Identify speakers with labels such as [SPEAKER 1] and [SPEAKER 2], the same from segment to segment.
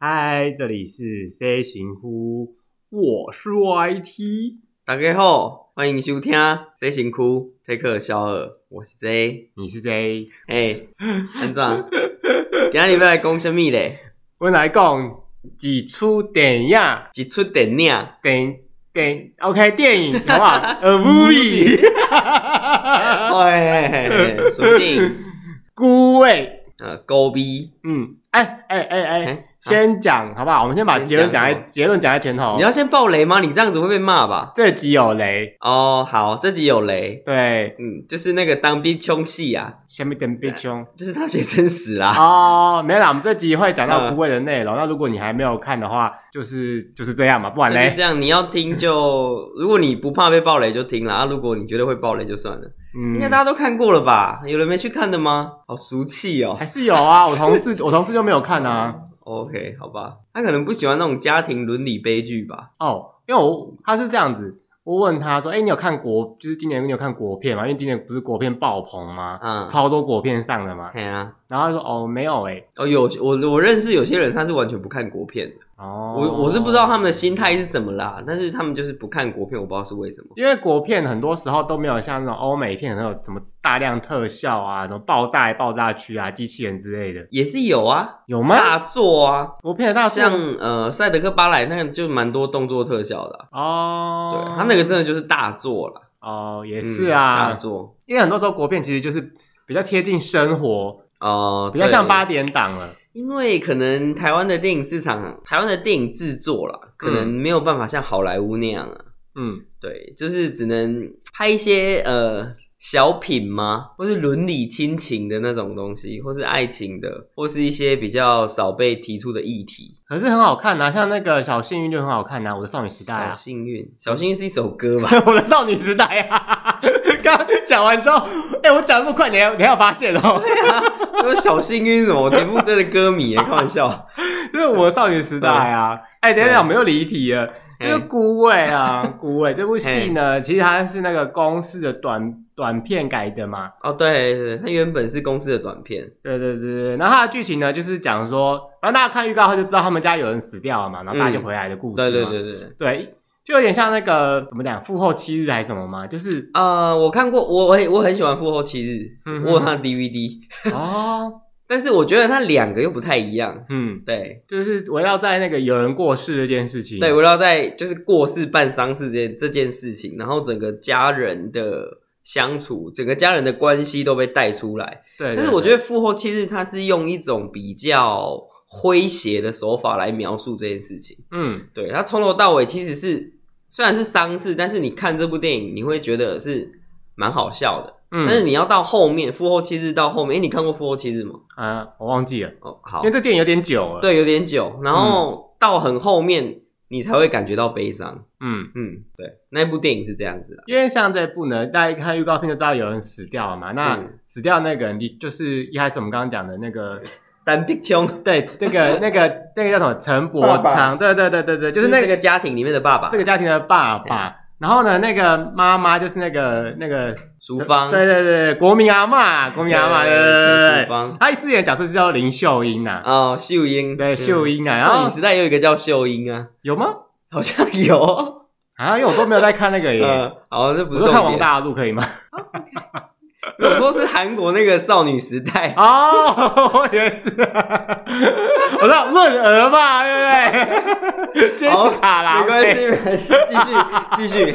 [SPEAKER 1] 嗨，这里是 C 型乎，我是 YT，
[SPEAKER 2] 大家好，欢迎收听《C 辛苦 Take 小二》，我是 J。
[SPEAKER 1] 你是 J。
[SPEAKER 2] 哎、安 怎？今天你要来讲什么嘞？
[SPEAKER 1] 我来讲几出电影，
[SPEAKER 2] 一出电影，
[SPEAKER 1] 电电 OK 电影好不好 ？A movie，
[SPEAKER 2] 哎，说不定
[SPEAKER 1] 孤味。
[SPEAKER 2] 呃，高逼。
[SPEAKER 1] 嗯，哎哎哎哎，
[SPEAKER 2] 哎，
[SPEAKER 1] 先讲好不好？我们先把
[SPEAKER 2] 先
[SPEAKER 1] 结论讲
[SPEAKER 2] 讲
[SPEAKER 1] 在
[SPEAKER 2] 什么
[SPEAKER 1] 结论讲在前头
[SPEAKER 2] 你。要先爆雷吗？你这样子会被骂吧？
[SPEAKER 1] 这集有雷，
[SPEAKER 2] 哦，好，这集有雷。
[SPEAKER 1] 对，
[SPEAKER 2] 嗯，就是那个当兵冲戏啊，
[SPEAKER 1] 下面点别凶。
[SPEAKER 2] 就是他写真实啦。
[SPEAKER 1] 哦，没啦，我们这集会讲到
[SPEAKER 2] 嗯
[SPEAKER 1] 枯味的内容。那如果你还没有看的话，就是就是这样嘛，不然
[SPEAKER 2] 就
[SPEAKER 1] 嘞
[SPEAKER 2] 是，这样，你要听就，如果你不怕被爆雷就听啦，啊，如果你觉得会爆雷就算了。
[SPEAKER 1] 嗯
[SPEAKER 2] 应该大家都看过了吧？有人没去看的吗？好俗气 哦
[SPEAKER 1] 还。是有啊，我同 事我同事就没有看啊。
[SPEAKER 2] OK，好吧，他可能不喜欢那种家庭伦理悲剧吧。
[SPEAKER 1] 哦，因为我他是这样子，我问他说：“哎、你有看国，就是今年你有看国片吗？因为今年不是国片爆棚吗？
[SPEAKER 2] 嗯，
[SPEAKER 1] 超多国片上的嘛。
[SPEAKER 2] 嘿啊，”
[SPEAKER 1] 然后他说：“哦，没有哎、
[SPEAKER 2] 哦，有我我认识有些人他是完全不看国片的，
[SPEAKER 1] 哦，
[SPEAKER 2] 我我是不知道他们的心态是什么啦，但是他们就是不看国片，我不知道是为什么。
[SPEAKER 1] 因为国片很多时候都没有像那种欧美片，很有什么大量特效啊，什么爆炸来爆炸区啊、机器人之类的，
[SPEAKER 2] 也是有啊，
[SPEAKER 1] 有吗？
[SPEAKER 2] 大作啊，
[SPEAKER 1] 国片的大
[SPEAKER 2] 像
[SPEAKER 1] 片
[SPEAKER 2] 呃《塞德克巴莱》那个就蛮多动作特效的啊、
[SPEAKER 1] 哦，
[SPEAKER 2] 对他那个真的就是大作啦。
[SPEAKER 1] 哦也
[SPEAKER 2] 嗯
[SPEAKER 1] 是啊，
[SPEAKER 2] 大作，
[SPEAKER 1] 因为很多时候国片其实就是比较贴近生活，
[SPEAKER 2] 呃，
[SPEAKER 1] 比较像
[SPEAKER 2] 对
[SPEAKER 1] 八点档了。
[SPEAKER 2] 因为可能台湾的电影市场，台湾的电影制作啦，可能没有办法像好莱坞那样啊。
[SPEAKER 1] 嗯，
[SPEAKER 2] 对，就是只能拍一些呃小品吗，或是伦理亲情的那种东西，或是爱情的，或是一些比较少被提出的议题。
[SPEAKER 1] 可是很好看呐、像那个小幸运就很好看呐、我的少女时代
[SPEAKER 2] 小
[SPEAKER 1] 啊，
[SPEAKER 2] 幸运，小幸运是一首歌吧？
[SPEAKER 1] 我的少女时代啊。 刚讲完之后，哎、我讲那么快，你还你还有发现 哦？
[SPEAKER 2] 说小幸运是什么？我节目真的歌迷耶，开玩笑。
[SPEAKER 1] 就是我的少女时代啊。哎、等一
[SPEAKER 2] 对哎
[SPEAKER 1] 下，我们又离题了。
[SPEAKER 2] 嘿
[SPEAKER 1] 就是《孤味》啊，《孤味》这部
[SPEAKER 2] 哎
[SPEAKER 1] 戏呢，其实它是那个公式的短短片改的嘛。
[SPEAKER 2] 哦，对对，它原本是公司的短片，
[SPEAKER 1] 对对对对，然后它的剧情呢，就是讲说，然后大家看预告后就知道他们家有人死掉了嘛，然后大家就回来的故事嘛。
[SPEAKER 2] 嗯对对对对。
[SPEAKER 1] 对，就有点像那个怎么讲，复后七日还是什么嘛，就是
[SPEAKER 2] 啊，我看过，我我很我很喜欢《复后七日
[SPEAKER 1] 嗯》，哼
[SPEAKER 2] 我有他的 DVD，
[SPEAKER 1] 哦，
[SPEAKER 2] 但是我觉得它两个又不太一样。
[SPEAKER 1] 嗯，
[SPEAKER 2] 对
[SPEAKER 1] 就是围绕在那个有人过世这件事情。
[SPEAKER 2] 对，围绕在就是过世办丧事这件这件事情，然后整个家人的相处，整个家人的关系都被带出来。
[SPEAKER 1] 对，
[SPEAKER 2] 但是我觉得《复后七日》它是用一种比较诙谐的手法来描述这件事情。
[SPEAKER 1] 嗯，
[SPEAKER 2] 对，它从头到尾其实是虽然是丧事，但是你看这部电影，你会觉得是蛮好笑的。
[SPEAKER 1] 嗯嗯，
[SPEAKER 2] 但是你要到后面《复后七日》到后面，诶，你看过《复后七日》吗？
[SPEAKER 1] 呃，我忘记了，
[SPEAKER 2] 哦，好
[SPEAKER 1] 因为，这嗯电影有点久了。，
[SPEAKER 2] 对，有点久，然后到很后面你才会感觉到悲伤。
[SPEAKER 1] 嗯，
[SPEAKER 2] 嗯，对，那部电影是这样子的。
[SPEAKER 1] 因为像这部呢，大家一看预告片就知道有人死掉了嘛。那
[SPEAKER 2] 嗯
[SPEAKER 1] 死掉那个人的，就是一开始我们刚刚讲的那个，
[SPEAKER 2] 单碧琼
[SPEAKER 1] 对，这个那个那个叫什么陈伯
[SPEAKER 2] 爸爸
[SPEAKER 1] 昌，对对对对对， 就是那
[SPEAKER 2] 这个嗯家庭里面的爸爸，
[SPEAKER 1] 这个家庭的爸爸。然后呢，那个妈妈就是那个那个
[SPEAKER 2] 淑芳，
[SPEAKER 1] 对对对，国民阿嬷，国民阿嬷，对对对
[SPEAKER 2] 淑芳，
[SPEAKER 1] 她饰演的角色是叫林秀英呐、啊，
[SPEAKER 2] 哦，秀英，
[SPEAKER 1] 对秀英啊
[SPEAKER 2] 嗯
[SPEAKER 1] 然后
[SPEAKER 2] 少女时代有一个叫秀英啊，
[SPEAKER 1] 有吗？
[SPEAKER 2] 好像有，
[SPEAKER 1] 啊，因为我都没有在看那个耶，
[SPEAKER 2] 嗯，好，这不
[SPEAKER 1] 我
[SPEAKER 2] 是
[SPEAKER 1] 都看
[SPEAKER 2] 重
[SPEAKER 1] 王
[SPEAKER 2] 点。
[SPEAKER 1] 大陆可以吗？
[SPEAKER 2] 我说是韩国那个少女 时代，
[SPEAKER 1] 哦，我也是， 我知道润儿嘛，对不对？杰西卡啦，
[SPEAKER 2] 没关
[SPEAKER 1] OK。
[SPEAKER 2] 系，没关系， 继续继续。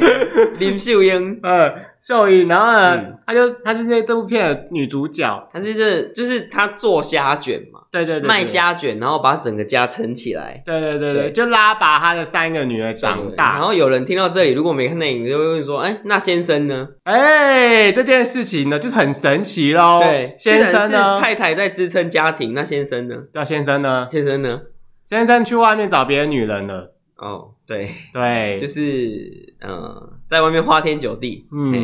[SPEAKER 2] 林秀英，
[SPEAKER 1] 嗯，秀英，然后呢
[SPEAKER 2] 嗯，
[SPEAKER 1] 她就她是那这部片的女主角，
[SPEAKER 2] 但是这就是他做虾卷嘛，
[SPEAKER 1] 对对对，对
[SPEAKER 2] 卖，虾卷，然后把整个家撑起来，
[SPEAKER 1] 对对对对，
[SPEAKER 2] 对
[SPEAKER 1] 就拉拔她的三个女儿长
[SPEAKER 2] 对
[SPEAKER 1] 大
[SPEAKER 2] 然。后有人听到这里，如果没看电影，就会问说：“哎、那先生呢？”
[SPEAKER 1] 哎，这件事情呢，就是很神奇喽。
[SPEAKER 2] 对，
[SPEAKER 1] 哦先
[SPEAKER 2] 既然
[SPEAKER 1] 生哦
[SPEAKER 2] 是
[SPEAKER 1] 呢？
[SPEAKER 2] 太太在支撑家庭，那先生呢？
[SPEAKER 1] 叫先生呢？
[SPEAKER 2] 先生呢？
[SPEAKER 1] 先生去外面找别的女人了。
[SPEAKER 2] 哦，对，
[SPEAKER 1] 对，
[SPEAKER 2] 就是呃，在外面花天酒地，嘿，
[SPEAKER 1] 嗯嗯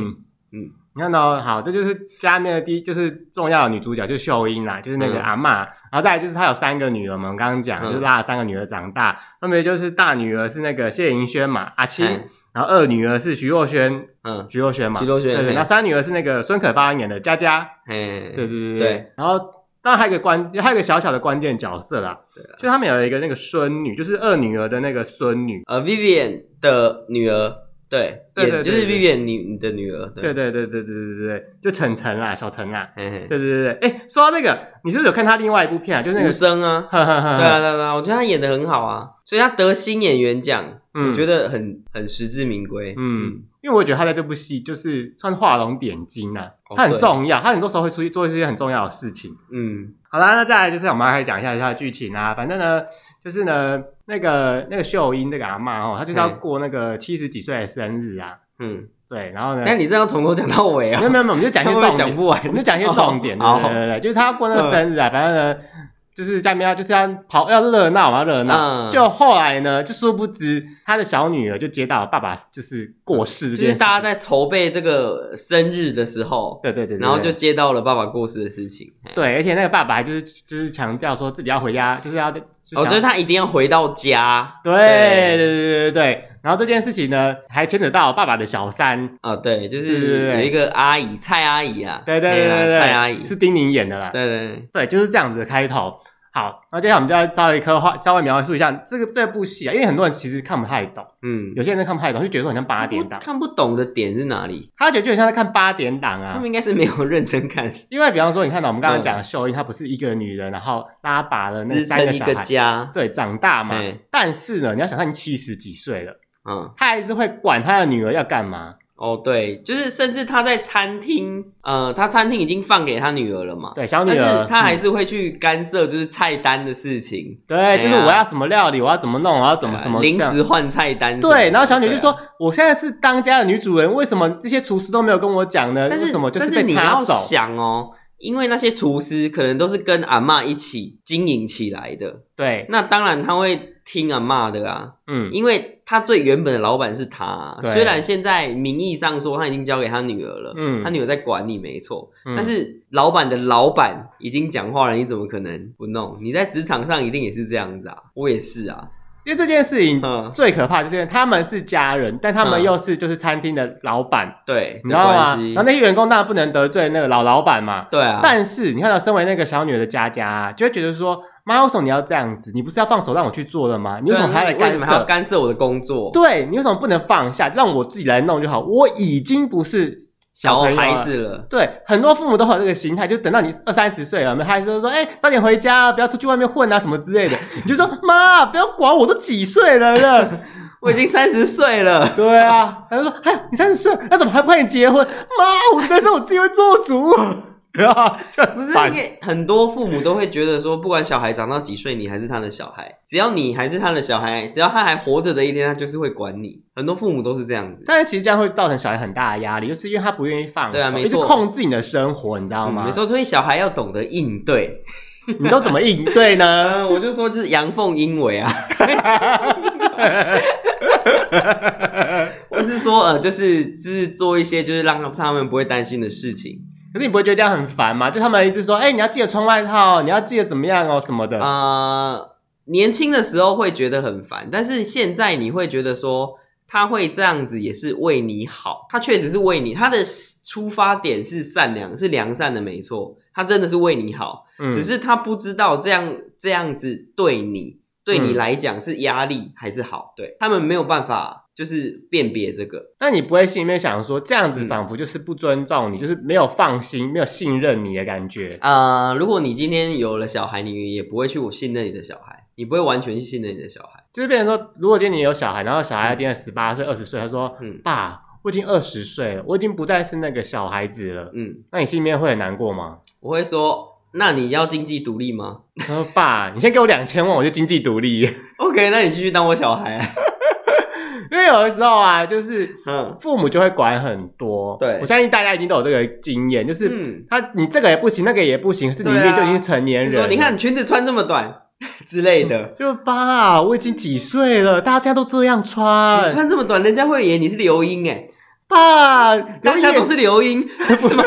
[SPEAKER 2] 嗯，
[SPEAKER 1] 你看到、好，这就是家里面的第一，就是重要的女主角，就是秀英啦，就是那个
[SPEAKER 2] 嗯
[SPEAKER 1] 阿嬷。然后再来就是她有三个女儿嘛，我们刚刚讲，
[SPEAKER 2] 嗯
[SPEAKER 1] 就是拉了三个女儿长大，分别就是大女儿是那个谢盈萱嘛，阿青
[SPEAKER 2] 嗯，
[SPEAKER 1] 然后二女儿是徐若瑄，
[SPEAKER 2] 嗯，
[SPEAKER 1] 徐若瑄嘛，
[SPEAKER 2] 徐若瑄
[SPEAKER 1] 对对，
[SPEAKER 2] 嘿
[SPEAKER 1] 然后三女儿是那个孙可发演的佳佳，
[SPEAKER 2] 嘿，
[SPEAKER 1] 对对对
[SPEAKER 2] 对
[SPEAKER 1] 然后。当然还有一个关，还有一个小小的关键角色啦，
[SPEAKER 2] 对啦
[SPEAKER 1] 就他们有一个那个孙女，就是二女儿的那个孙女，
[SPEAKER 2] 呃，Vivian 的女儿，对，
[SPEAKER 1] 对
[SPEAKER 2] 也
[SPEAKER 1] 对
[SPEAKER 2] 就是
[SPEAKER 1] 对
[SPEAKER 2] Vivian 你你的女儿，
[SPEAKER 1] 对
[SPEAKER 2] 对，
[SPEAKER 1] 对对对对对对对，就晨晨啦，小晨啦，
[SPEAKER 2] 嘿嘿
[SPEAKER 1] 对对对对，哎，说到这个，你是不是有看他另外一部片啊？就是那
[SPEAKER 2] 无
[SPEAKER 1] 个，嗯
[SPEAKER 2] 声啊，
[SPEAKER 1] 呵呵呵，
[SPEAKER 2] 对啊，对啊，对啊，我觉得他演的很好啊，所以他得新演员奖，
[SPEAKER 1] 嗯
[SPEAKER 2] 我觉得很很实至名归，
[SPEAKER 1] 嗯，因为我觉得他在这部戏就是算画龙点睛啊
[SPEAKER 2] 哦，
[SPEAKER 1] 他很重要，他很多时候会出去做一些很重要的事情。
[SPEAKER 2] 嗯，
[SPEAKER 1] 好啦，那再来就是我们还可以讲一下它的剧情啊。反正呢，就是呢，那个那个秀英这个阿嬷哦，她就是要
[SPEAKER 2] 嗯
[SPEAKER 1] 过那个七十几岁的生日啊。
[SPEAKER 2] 嗯，
[SPEAKER 1] 对，然后呢，
[SPEAKER 2] 但你这样从头讲到
[SPEAKER 1] 没
[SPEAKER 2] 尾
[SPEAKER 1] 有
[SPEAKER 2] 啊，
[SPEAKER 1] 没有，没有，我们就 讲一些
[SPEAKER 2] 这样
[SPEAKER 1] 重
[SPEAKER 2] 会讲
[SPEAKER 1] 点，
[SPEAKER 2] 不完
[SPEAKER 1] 我，们就讲一些重点。对
[SPEAKER 2] 哦嗯
[SPEAKER 1] 对对对，就是她要过那个生日啊，反正呢，就是家里面要就是要跑要热闹嘛，要热闹。
[SPEAKER 2] 嗯，
[SPEAKER 1] 就后来呢，就殊不知她的小女儿就接到爸爸就是过世这
[SPEAKER 2] 就
[SPEAKER 1] 件事
[SPEAKER 2] 是
[SPEAKER 1] 情，
[SPEAKER 2] 大家在筹备这个生日的时候，
[SPEAKER 1] 对对对，对
[SPEAKER 2] 然后就
[SPEAKER 1] 对
[SPEAKER 2] 接到了爸爸过世的事情，嘿
[SPEAKER 1] 对，而且那个爸爸还就是就是强调说自己要回家，就是要就想
[SPEAKER 2] 哦，就是他一定要回到家
[SPEAKER 1] 对对对对对对。然后这件事情呢，还牵扯到爸爸的小三，
[SPEAKER 2] 啊，对，就
[SPEAKER 1] 对对对
[SPEAKER 2] 是
[SPEAKER 1] 对
[SPEAKER 2] 有一个阿姨，蔡阿姨啊，
[SPEAKER 1] 对对
[SPEAKER 2] 嘿
[SPEAKER 1] 对
[SPEAKER 2] 啦
[SPEAKER 1] 对对，
[SPEAKER 2] 蔡阿姨，
[SPEAKER 1] 是丁宁演的啦。
[SPEAKER 2] 对对对，
[SPEAKER 1] 对，就是这样子的开头。好，那接下来我们就要稍微刻画、稍微描述一下这个这部戏啊，因为很多人其实看不太懂，
[SPEAKER 2] 嗯，
[SPEAKER 1] 有些人看不太懂，就觉得说很像八点档，
[SPEAKER 2] 看不懂的点是哪里？
[SPEAKER 1] 他觉得就很像在看八点档
[SPEAKER 2] 他
[SPEAKER 1] 啊
[SPEAKER 2] 们。应该是没有认真看，
[SPEAKER 1] 因为比方说，你看到我们刚刚
[SPEAKER 2] 嗯
[SPEAKER 1] 讲的秀英，她不是一个女人，然后拉拔了那
[SPEAKER 2] 支
[SPEAKER 1] 三
[SPEAKER 2] 撑
[SPEAKER 1] 个
[SPEAKER 2] 一
[SPEAKER 1] 小
[SPEAKER 2] 个
[SPEAKER 1] 孩，
[SPEAKER 2] 家，
[SPEAKER 1] 对，长大嘛
[SPEAKER 2] 嘿。
[SPEAKER 1] 但是呢，你要想，他已经七十几岁了，
[SPEAKER 2] 嗯，
[SPEAKER 1] 他还是会管他的女儿要干嘛。
[SPEAKER 2] 哦，对，就是甚至他在餐厅，呃，他餐厅已经放给他女儿了嘛，
[SPEAKER 1] 对，小女
[SPEAKER 2] 但
[SPEAKER 1] 儿，
[SPEAKER 2] 是他还
[SPEAKER 1] 嗯
[SPEAKER 2] 是会去干涉，就是菜单的事情，
[SPEAKER 1] 对，就是
[SPEAKER 2] 哎呀
[SPEAKER 1] 我要什么料理，我要怎么弄，我要怎么什么
[SPEAKER 2] 哎临
[SPEAKER 1] 这样
[SPEAKER 2] 时换菜单什么的，
[SPEAKER 1] 对，然后小女就
[SPEAKER 2] 对啊
[SPEAKER 1] 说：“我现在是当家的女主人，为什么这些厨师都没有跟我讲呢？
[SPEAKER 2] 但
[SPEAKER 1] 为
[SPEAKER 2] 是
[SPEAKER 1] 什么就是被
[SPEAKER 2] 但是你
[SPEAKER 1] 插
[SPEAKER 2] 要
[SPEAKER 1] 手？
[SPEAKER 2] 啊想哦，因为那些厨师可能都是跟阿嬷一起经营起来的，
[SPEAKER 1] 对，
[SPEAKER 2] 那当然他会听阿嬷的啊，
[SPEAKER 1] 嗯，
[SPEAKER 2] 因为他最原本的老板是他啊、
[SPEAKER 1] 对
[SPEAKER 2] 虽然现在名义上说他已经交给他女儿了，
[SPEAKER 1] 嗯
[SPEAKER 2] 他女儿在管理没错，
[SPEAKER 1] 嗯
[SPEAKER 2] 但是老板的老板已经讲话了，你怎么可能不弄？你在职场上一定也是这样子啊，我也是啊，
[SPEAKER 1] 因为这件事情
[SPEAKER 2] 嗯，
[SPEAKER 1] 最可怕就是他们是家人，但他们
[SPEAKER 2] 嗯
[SPEAKER 1] 又是就是餐厅的老板，
[SPEAKER 2] 对，
[SPEAKER 1] 你知道吗
[SPEAKER 2] 没关？系
[SPEAKER 1] 然后那些员工当然不能得罪那个老老板嘛。
[SPEAKER 2] 对啊，
[SPEAKER 1] 但是你看到身为那个小女儿的佳佳啊，就会觉得说：妈，为什么你要这样子？你不是要放手让我去做的吗？你为什么还要来
[SPEAKER 2] 对啊那你
[SPEAKER 1] 干
[SPEAKER 2] 为什么还要
[SPEAKER 1] 涉？
[SPEAKER 2] 干涉我的工作？
[SPEAKER 1] 对你为什么不能放下，让我自己来弄就好？我已经不是
[SPEAKER 2] 小
[SPEAKER 1] 朋友啊
[SPEAKER 2] 孩子了。
[SPEAKER 1] 对，很多父母都会有这个心态，就等到你二三十岁了，他还是说，哎、早点回家，不要出去外面混啊，什么之类的。你就说，妈，不要管我，都几岁了呢？
[SPEAKER 2] 我已经三十岁 了，
[SPEAKER 1] 对啊，他就说，哎，你三十岁，那怎么还不快点结婚？妈，我但是我自己会做主。 对啊，就很
[SPEAKER 2] 不是
[SPEAKER 1] 烦
[SPEAKER 2] 因为很多父母都会觉得说，不管小孩长到几岁，你还是他的小孩，只要你还是他的小孩，只要他还活着的一天，他就是会管你。很多父母都是这样子，
[SPEAKER 1] 但是其实这样会造成小孩很大的压力，就是因为他不愿意放手，
[SPEAKER 2] 对啊没
[SPEAKER 1] 一直
[SPEAKER 2] 错
[SPEAKER 1] 控制你的生活，你知道
[SPEAKER 2] 嗯
[SPEAKER 1] 吗？
[SPEAKER 2] 没，错，所以小孩要懂得应对。
[SPEAKER 1] 你都怎么应对呢？
[SPEAKER 2] 嗯，我就说就是阳奉阴违啊， 我是说呃，就是就是做一些就是让他们不会担心的事情
[SPEAKER 1] 可是你不会觉得这样很烦吗？就他们一直说，哎、你要记得穿外套，你要记得怎么样哦，什么的。
[SPEAKER 2] 呃，年轻的时候会觉得很烦，但是现在你会觉得说他会这样子也是为你好，他确实是为你，他的出发点是善良，是良善的，没错，他真的是为你好，
[SPEAKER 1] 嗯
[SPEAKER 2] 只是他不知道这样这样子对你对你
[SPEAKER 1] 嗯
[SPEAKER 2] 来讲是压力还是好，对他们没有办法就是辨别这个，
[SPEAKER 1] 那你不会心里面想说，这样子仿佛就是不尊重你，就是没有放心、没有信任你的感觉？
[SPEAKER 2] 呃，如果你今天有了小孩，你也不会去信任你的小孩，你不会完全去信任你的小孩，
[SPEAKER 1] 就是变成说，如果今天你有小孩，然后小孩今年十八岁、二十岁，他说：“
[SPEAKER 2] 嗯
[SPEAKER 1] 爸，我已经二十岁了，我已经不再是那个小孩子了。
[SPEAKER 2] 嗯。”
[SPEAKER 1] 那你心里面会很难过吗？
[SPEAKER 2] 我会说，那你要经济独立吗
[SPEAKER 1] 他说：“爸，你先给我两千万，我就经济独立。”
[SPEAKER 2] ？OK，那你继续当我小孩、啊。
[SPEAKER 1] 因为有的时候啊，就是
[SPEAKER 2] 嗯
[SPEAKER 1] 父母就会管很多。
[SPEAKER 2] 对
[SPEAKER 1] 我相信大家一定都有这个经验，就是。
[SPEAKER 2] 嗯，
[SPEAKER 1] 他，你这个也不行，那个也不行，是你明
[SPEAKER 2] 对
[SPEAKER 1] 明
[SPEAKER 2] 啊
[SPEAKER 1] 就已经成年
[SPEAKER 2] 你
[SPEAKER 1] 人
[SPEAKER 2] 说
[SPEAKER 1] 了。
[SPEAKER 2] 你看你裙子穿这么短 之类的，
[SPEAKER 1] 就爸，我已经几岁了，大家都这样穿。
[SPEAKER 2] 你穿这么短，人家会以为你是刘英哎，
[SPEAKER 1] 爸，
[SPEAKER 2] 大
[SPEAKER 1] 刘
[SPEAKER 2] 家
[SPEAKER 1] 也
[SPEAKER 2] 都是刘英是吗？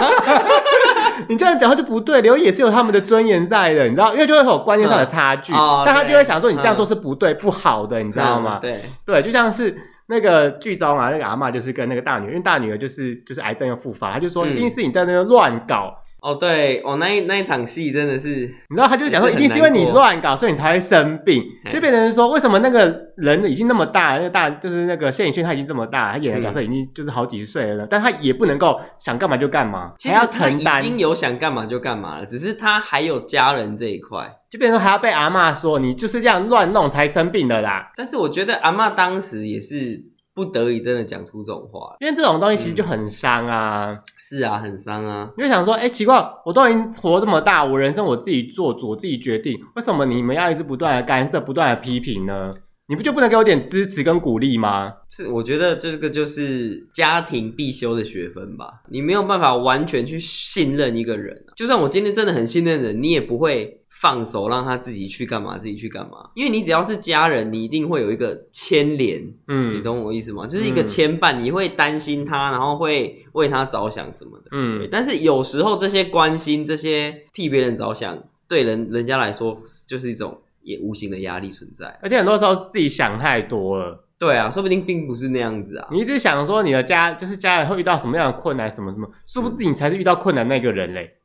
[SPEAKER 1] 你这样讲话就不对，刘也是有他们的尊严在的，你知道，因为就会有观念上的差距，
[SPEAKER 2] 嗯哦
[SPEAKER 1] 但他就
[SPEAKER 2] 对
[SPEAKER 1] 会想说你这样做是不对、不好的， 你知道吗
[SPEAKER 2] 嗯？对，
[SPEAKER 1] 对，就像是那个剧中啊，那个阿嬷就是跟那个大女儿，因为大女儿就是就是癌症要复发，她就说
[SPEAKER 2] 嗯
[SPEAKER 1] 一定是你在那边乱搞，
[SPEAKER 2] 哦，对，哦，那一那一场戏真的是，
[SPEAKER 1] 你知道，他就讲说，一定是因为你乱搞，所以你才会生病，
[SPEAKER 2] 嗯
[SPEAKER 1] 就变成说，为什么那个人已经那么大，那个大就是那个谢颖轩他已经这么大，他演的角色已经就是好几岁了，但他也不能够想干嘛就干嘛，
[SPEAKER 2] 其
[SPEAKER 1] 还
[SPEAKER 2] 实
[SPEAKER 1] 要
[SPEAKER 2] 他
[SPEAKER 1] 承
[SPEAKER 2] 已
[SPEAKER 1] 担，
[SPEAKER 2] 经有想干嘛就干嘛了，只是他还有家人这一块。
[SPEAKER 1] 就变成说还要被阿嬷说你就是这样乱弄才生病的啦。
[SPEAKER 2] 但是我觉得阿嬷当时也是不得已，真的讲出这种话，
[SPEAKER 1] 因为这种东西其实就很伤啊，
[SPEAKER 2] 是啊，很伤啊。
[SPEAKER 1] 你就想说，哎、奇怪，我都已经活这么大，我人生我自己做主，我自己决定，为什么你们要一直不断的干涉、不断的批评呢？你不就不能给我点支持跟鼓励吗？
[SPEAKER 2] 是，我觉得这个就是家庭必修的学分吧。你没有办法完全去信任一个人、啊，就算我今天真的很信任人，你也不会放手让他自己去干嘛，自己去干嘛。因为你只要是家人，你一定会有一个牵连，你
[SPEAKER 1] 嗯
[SPEAKER 2] 懂我意思吗？就是一个
[SPEAKER 1] 嗯
[SPEAKER 2] 牵绊，你会担心他，然后会为他着想什么的。对
[SPEAKER 1] 嗯，
[SPEAKER 2] 但是有时候这些关心、这些替别人着想，对人人家来说就是一种也无形的压力存在。
[SPEAKER 1] 而且很多时候是自己想太多了，
[SPEAKER 2] 对啊，说不定并不是那样子啊。
[SPEAKER 1] 你一直想说你的家就是家人会遇到什么样的困难，什么什么，殊不知你才是遇到困难那个人嘞。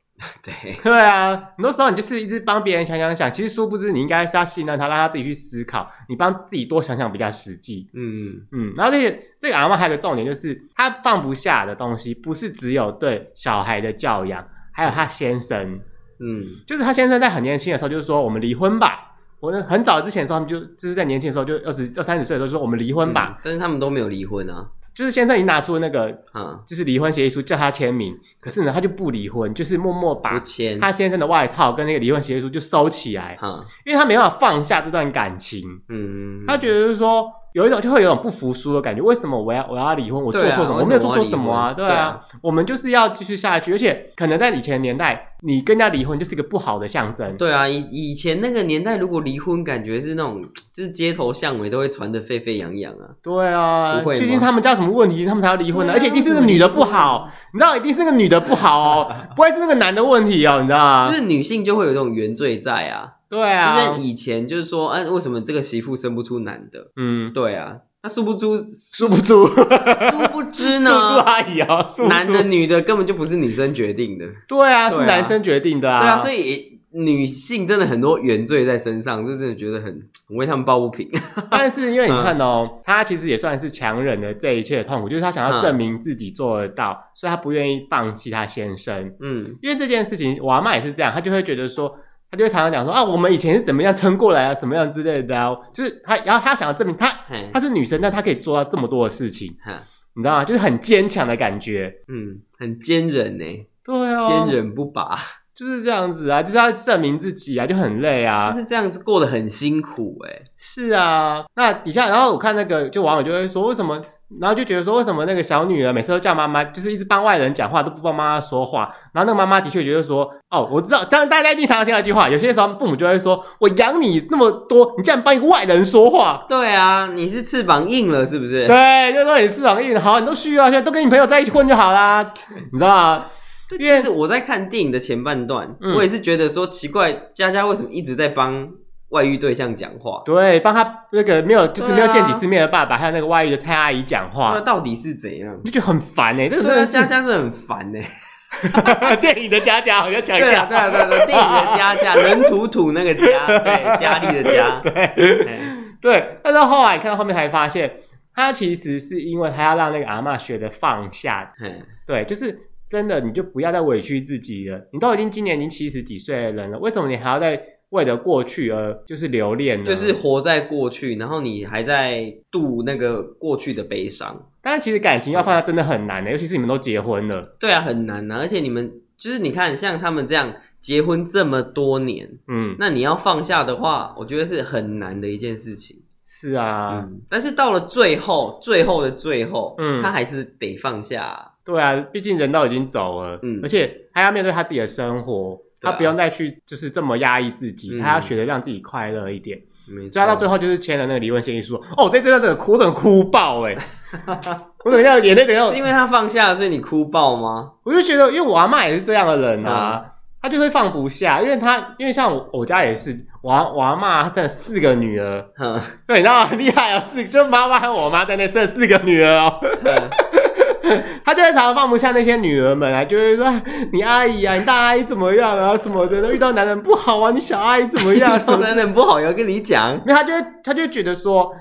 [SPEAKER 2] 对，
[SPEAKER 1] 对啊，很多时候你就是一直帮别人想想想，其实殊不知你应该是要信任他，让他自己去思考，你帮自己多想想比较实际。
[SPEAKER 2] 嗯，
[SPEAKER 1] 嗯，然后这个这个阿嬷还有个重点就是，她放不下的东西不是只有对小孩的教养，还有她先生，
[SPEAKER 2] 嗯，
[SPEAKER 1] 就是她先生在很年轻的时候就是说我们离婚吧。我那很早之前的时候，他们就就是在年轻的时候，就二十二三十岁的时候就说我们离婚吧。
[SPEAKER 2] 嗯但是他们都没有离婚啊，
[SPEAKER 1] 就是先生已经拿出那个
[SPEAKER 2] 啊，
[SPEAKER 1] 就是离婚协议书叫他签名，可是呢他就不离婚，就是默默
[SPEAKER 2] 不
[SPEAKER 1] 把
[SPEAKER 2] 签，
[SPEAKER 1] 他先生的外套跟那个离婚协议书就收起来，
[SPEAKER 2] 啊，
[SPEAKER 1] 因为他没办法放下这段感情。
[SPEAKER 2] 嗯，
[SPEAKER 1] 他觉得就是说有一种就会有一种不服输的感觉，为什么我要我要离婚？我做
[SPEAKER 2] 对啊
[SPEAKER 1] 错什么？
[SPEAKER 2] 为什么
[SPEAKER 1] 我没有做错什么
[SPEAKER 2] 我要
[SPEAKER 1] 啊？
[SPEAKER 2] 离婚
[SPEAKER 1] 对啊，我们就是要继续下去，而且可能在以前的年代，你跟人家离婚就是一个不好的象征。
[SPEAKER 2] 对啊，以以前那个年代，如果离婚，感觉是那种就是街头巷尾都会传的沸沸扬扬啊。
[SPEAKER 1] 对啊，
[SPEAKER 2] 不会吗
[SPEAKER 1] 究竟他们家有什么问题，他们才要离婚呢？而
[SPEAKER 2] 对啊
[SPEAKER 1] 且一定是那个女的不好，你知道，一定是那个女的不好哦，不会是那个男的问题哦，你知道
[SPEAKER 2] 啊就
[SPEAKER 1] 吗？
[SPEAKER 2] 是女性就会有这种原罪在啊，
[SPEAKER 1] 对
[SPEAKER 2] 就
[SPEAKER 1] 啊
[SPEAKER 2] 是，以前就是说，哎、为什么这个媳妇生不出男的？
[SPEAKER 1] 嗯，
[SPEAKER 2] 对啊，那殊不知，
[SPEAKER 1] 输不出，输
[SPEAKER 2] 殊不知
[SPEAKER 1] 不 出
[SPEAKER 2] 呢，
[SPEAKER 1] 阿姨哦，输不
[SPEAKER 2] 男
[SPEAKER 1] 出
[SPEAKER 2] 的女的根本就不是女生决定的。
[SPEAKER 1] 对啊，
[SPEAKER 2] 对
[SPEAKER 1] 是
[SPEAKER 2] 啊
[SPEAKER 1] 男生决定的啊，
[SPEAKER 2] 对啊，所以女性真的很多原罪在身上，这真的觉得很很为他们抱 不平。
[SPEAKER 1] 但是因为
[SPEAKER 2] 嗯
[SPEAKER 1] 你看哦，他其实也算是强忍了这一切的痛苦，就是他想要
[SPEAKER 2] 嗯
[SPEAKER 1] 证明自己做得到，所以他不愿意放弃他先生。
[SPEAKER 2] 嗯，
[SPEAKER 1] 因为这件事情，我阿妈也是这样，她就会觉得说，她就会常常讲说啊，我们以前是怎么样撑过来啊，什么样之类的啊，就是她，然后她想要证明她
[SPEAKER 2] 嘿
[SPEAKER 1] 她是女生，但她可以做到这么多的事情，
[SPEAKER 2] 哈
[SPEAKER 1] 你知道吗？就是很坚强的感觉。
[SPEAKER 2] 嗯，很坚韧呢、
[SPEAKER 1] 对啊，
[SPEAKER 2] 坚韧不拔，
[SPEAKER 1] 就是这样子啊，就是要证明自己啊，就很累啊
[SPEAKER 2] 但。是这样子过得很辛苦哎、
[SPEAKER 1] 是啊，那底下然后我看那个就网友就会说为什么，然后就觉得说为什么那个小女儿每次都叫妈妈，就是一直帮外人讲话都不帮妈妈说话，然后那个妈妈的确觉得说哦，我知道，当然大家一定常常听到一句话，有些时候父母就会说我养你那么多，你竟然帮一个外人说话。
[SPEAKER 2] 对啊，你是翅膀硬了是不是？
[SPEAKER 1] 对，啊就说你翅膀硬，好，你都虚啊，现在都跟你朋友在一起混就好啦，你知道吗？
[SPEAKER 2] 就
[SPEAKER 1] 因为
[SPEAKER 2] 其实我在看电影的前半段，
[SPEAKER 1] 嗯
[SPEAKER 2] 我也是觉得说奇怪，佳佳为什么一直在帮外遇对象讲话？
[SPEAKER 1] 对，帮他那个没有，就是没有
[SPEAKER 2] 对
[SPEAKER 1] 见
[SPEAKER 2] 啊
[SPEAKER 1] 几次面的爸爸，还有那个外遇的蔡阿姨讲
[SPEAKER 2] 那
[SPEAKER 1] 话，
[SPEAKER 2] 啊到底是怎 样？
[SPEAKER 1] 就觉得很烦哎、这个
[SPEAKER 2] 对啊，
[SPEAKER 1] 真
[SPEAKER 2] 佳
[SPEAKER 1] 的
[SPEAKER 2] 佳是很 烦呢、
[SPEAKER 1] 是 电影的家家好像讲一
[SPEAKER 2] 对
[SPEAKER 1] 下
[SPEAKER 2] 啊，。对啊，对啊，对啊，电影的家 家，人土土那个家，对，家里的家， 对，
[SPEAKER 1] 对，但是后来你看到后面才发现，他其实是因为他要让那个阿嬷学的放下，
[SPEAKER 2] 嗯
[SPEAKER 1] 对，就是真的你就不要再委屈自己了。你都已经今年已经七十几岁的人了，为什么你还要再为了过去而就是留恋呢？
[SPEAKER 2] 就是，活在过去，然后你还在度那个过去的悲伤，
[SPEAKER 1] 但是其实感情要放下真的很难的，尤其是你们都结婚了，
[SPEAKER 2] 对啊，很难啊，而且你们就是你看，像他们这样结婚这么多年，
[SPEAKER 1] 嗯，
[SPEAKER 2] 那你要放下的话，我觉得是很难的一件事情。
[SPEAKER 1] 是啊，
[SPEAKER 2] 嗯，但是到了最后，最后的最后，
[SPEAKER 1] 嗯
[SPEAKER 2] 他还是得放下啊、
[SPEAKER 1] 对啊，毕竟人都已经走了，
[SPEAKER 2] 嗯
[SPEAKER 1] 而且他要面对他自己的生活。
[SPEAKER 2] 对啊
[SPEAKER 1] 他不用再去就是这么压抑自己，
[SPEAKER 2] 嗯
[SPEAKER 1] 他要学着让自己快乐一点。
[SPEAKER 2] 没
[SPEAKER 1] 所以他到最后就是签了那个离婚协议书。哦，我在这段真的哭，我整个哭爆哎、我等一下眼泪等一
[SPEAKER 2] 是因
[SPEAKER 1] 下，
[SPEAKER 2] 为他放下了，所以你哭爆吗？
[SPEAKER 1] 我就觉得，因为我阿妈也是这样的人啊，她就是放不下，因为她因为像我我家也是，我阿我阿妈她生了四个女儿，
[SPEAKER 2] 哼
[SPEAKER 1] 对，你知道吗很厉害啊，四就妈妈和我妈在内生了四个女儿哦，他就会常常放不下那些女儿们啊，就会说哎你阿姨啊，你大阿姨怎么样啊什么的，那遇到男人不好啊，你小阿姨怎么样、啊、什
[SPEAKER 2] 说
[SPEAKER 1] 么的，
[SPEAKER 2] 真的不好，要跟你讲。
[SPEAKER 1] 没有，他就会他就会觉得说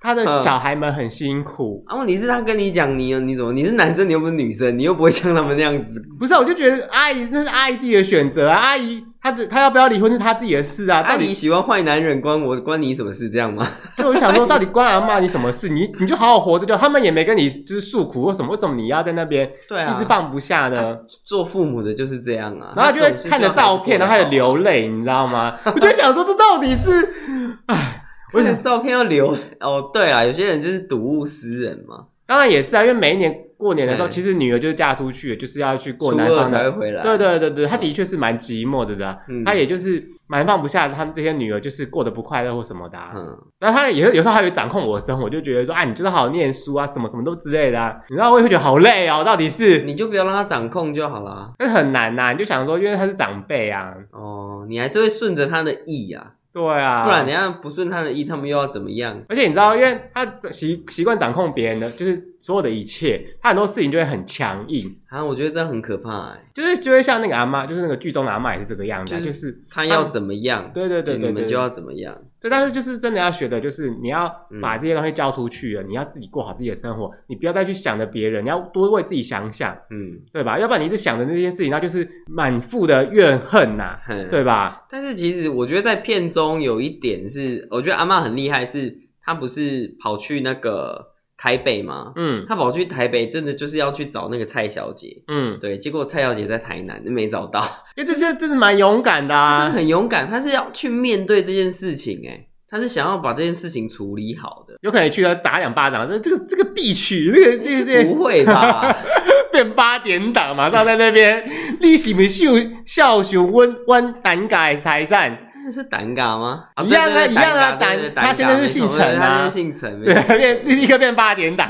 [SPEAKER 1] 他的
[SPEAKER 2] 嗯
[SPEAKER 1] 小孩们很辛苦，
[SPEAKER 2] 啊，问题是他跟你讲，你你怎么你是男生，你又不是女生，你又不会像他们那样子。
[SPEAKER 1] 不是啊、我就觉得阿姨那是阿姨自己的选择啊，阿姨她的她要不要离婚是她自己的事啊，
[SPEAKER 2] 阿
[SPEAKER 1] 到底
[SPEAKER 2] 姨喜欢坏男人，关我关你什么事？这样吗？
[SPEAKER 1] 就我想说，到底关阿骂你什么事？你你就好好活着就好，他们也没跟你就是诉苦或什么，为什么你要在那边
[SPEAKER 2] 对啊
[SPEAKER 1] 一直放不下呢？
[SPEAKER 2] 做父母的就是这样啊。
[SPEAKER 1] 然后他就会
[SPEAKER 2] 总是
[SPEAKER 1] 看着
[SPEAKER 2] 希望孩
[SPEAKER 1] 照
[SPEAKER 2] 子
[SPEAKER 1] 片，
[SPEAKER 2] 过
[SPEAKER 1] 然
[SPEAKER 2] 啊
[SPEAKER 1] 后
[SPEAKER 2] 得
[SPEAKER 1] 开始
[SPEAKER 2] 好。
[SPEAKER 1] 流泪，你知道吗？我就想说，这到底是，唉，我
[SPEAKER 2] 而且
[SPEAKER 1] 想
[SPEAKER 2] 照片要留哦，对啦，有些人就是睹物思人嘛，
[SPEAKER 1] 当然也是啊，因为每一年过年的时候，
[SPEAKER 2] 嗯
[SPEAKER 1] 其实女儿就是嫁出去了，就是要去
[SPEAKER 2] 初
[SPEAKER 1] 过南
[SPEAKER 2] 二
[SPEAKER 1] 方
[SPEAKER 2] 才会
[SPEAKER 1] 的。
[SPEAKER 2] 回来。
[SPEAKER 1] 对对对对，她的确是蛮寂寞的的，
[SPEAKER 2] 啊嗯
[SPEAKER 1] 她也就是蛮放不下他们这些女儿，就是过得不快乐或什么的、啊。
[SPEAKER 2] 嗯，
[SPEAKER 1] 然后他有有时候还会掌控我的生活，就觉得说，啊，你就是好好念书啊，什么什么都之类的、啊。你知道我也会觉得好累哦，到底是，
[SPEAKER 2] 你就不要让他掌控就好啦。
[SPEAKER 1] 那很难呐、你就想说，因为他是长辈啊，
[SPEAKER 2] 哦，你还是会顺着他的意啊，
[SPEAKER 1] 对啊，
[SPEAKER 2] 不然等一下不顺他的意，他们又要怎么样？
[SPEAKER 1] 而且你知道，因为他习习惯掌控别人的，就是所有的一切，他很多事情就会很强硬，
[SPEAKER 2] 啊，我觉得这样很可怕哎、
[SPEAKER 1] 就是就会像那个阿妈，就是那个剧中的阿妈也是这个样子、啊，
[SPEAKER 2] 就
[SPEAKER 1] 就是是、
[SPEAKER 2] 他要怎么样，
[SPEAKER 1] 对对对
[SPEAKER 2] 就
[SPEAKER 1] 对
[SPEAKER 2] 你们
[SPEAKER 1] 对，
[SPEAKER 2] 就要怎么样。
[SPEAKER 1] 对，但是就是真的要学的，就是你要把
[SPEAKER 2] 嗯
[SPEAKER 1] 这些东西交出去了，你要自己过好自己的生活，你不要再去想着别人，你要多为自己想想。
[SPEAKER 2] 嗯，
[SPEAKER 1] 对吧？要不然你一直想着那些事情，那就是满腹的怨恨呐、
[SPEAKER 2] 哼
[SPEAKER 1] 对吧？
[SPEAKER 2] 但是其实我觉得在片中有一点是，我觉得阿嬷很厉害是，她不是跑去那个台北吗？
[SPEAKER 1] 嗯
[SPEAKER 2] 她跑去台北真的就是要去找那个蔡小姐，
[SPEAKER 1] 嗯，
[SPEAKER 2] 对，结果蔡小姐在台南没找 到，
[SPEAKER 1] 因为这些真的蛮勇敢的
[SPEAKER 2] 真的
[SPEAKER 1] 啊，
[SPEAKER 2] 很勇敢，她是要去面对这件事情、欸，她是想要把这件事情处理好的，
[SPEAKER 1] 有可能去了打两巴掌，这这个这个必取，这个这个这个
[SPEAKER 2] 不会 吧？
[SPEAKER 1] 变八点档，马上在那边你是不是秀笑熊温温胆改才战，
[SPEAKER 2] 那是胆敢吗？啊
[SPEAKER 1] 一样啊
[SPEAKER 2] 对对对
[SPEAKER 1] 一样啊
[SPEAKER 2] 胆敢对对
[SPEAKER 1] 胆
[SPEAKER 2] 胆敢
[SPEAKER 1] 他现在是姓陈啊
[SPEAKER 2] 没错他现在是姓陈，没错
[SPEAKER 1] 对， 变立刻变八点档。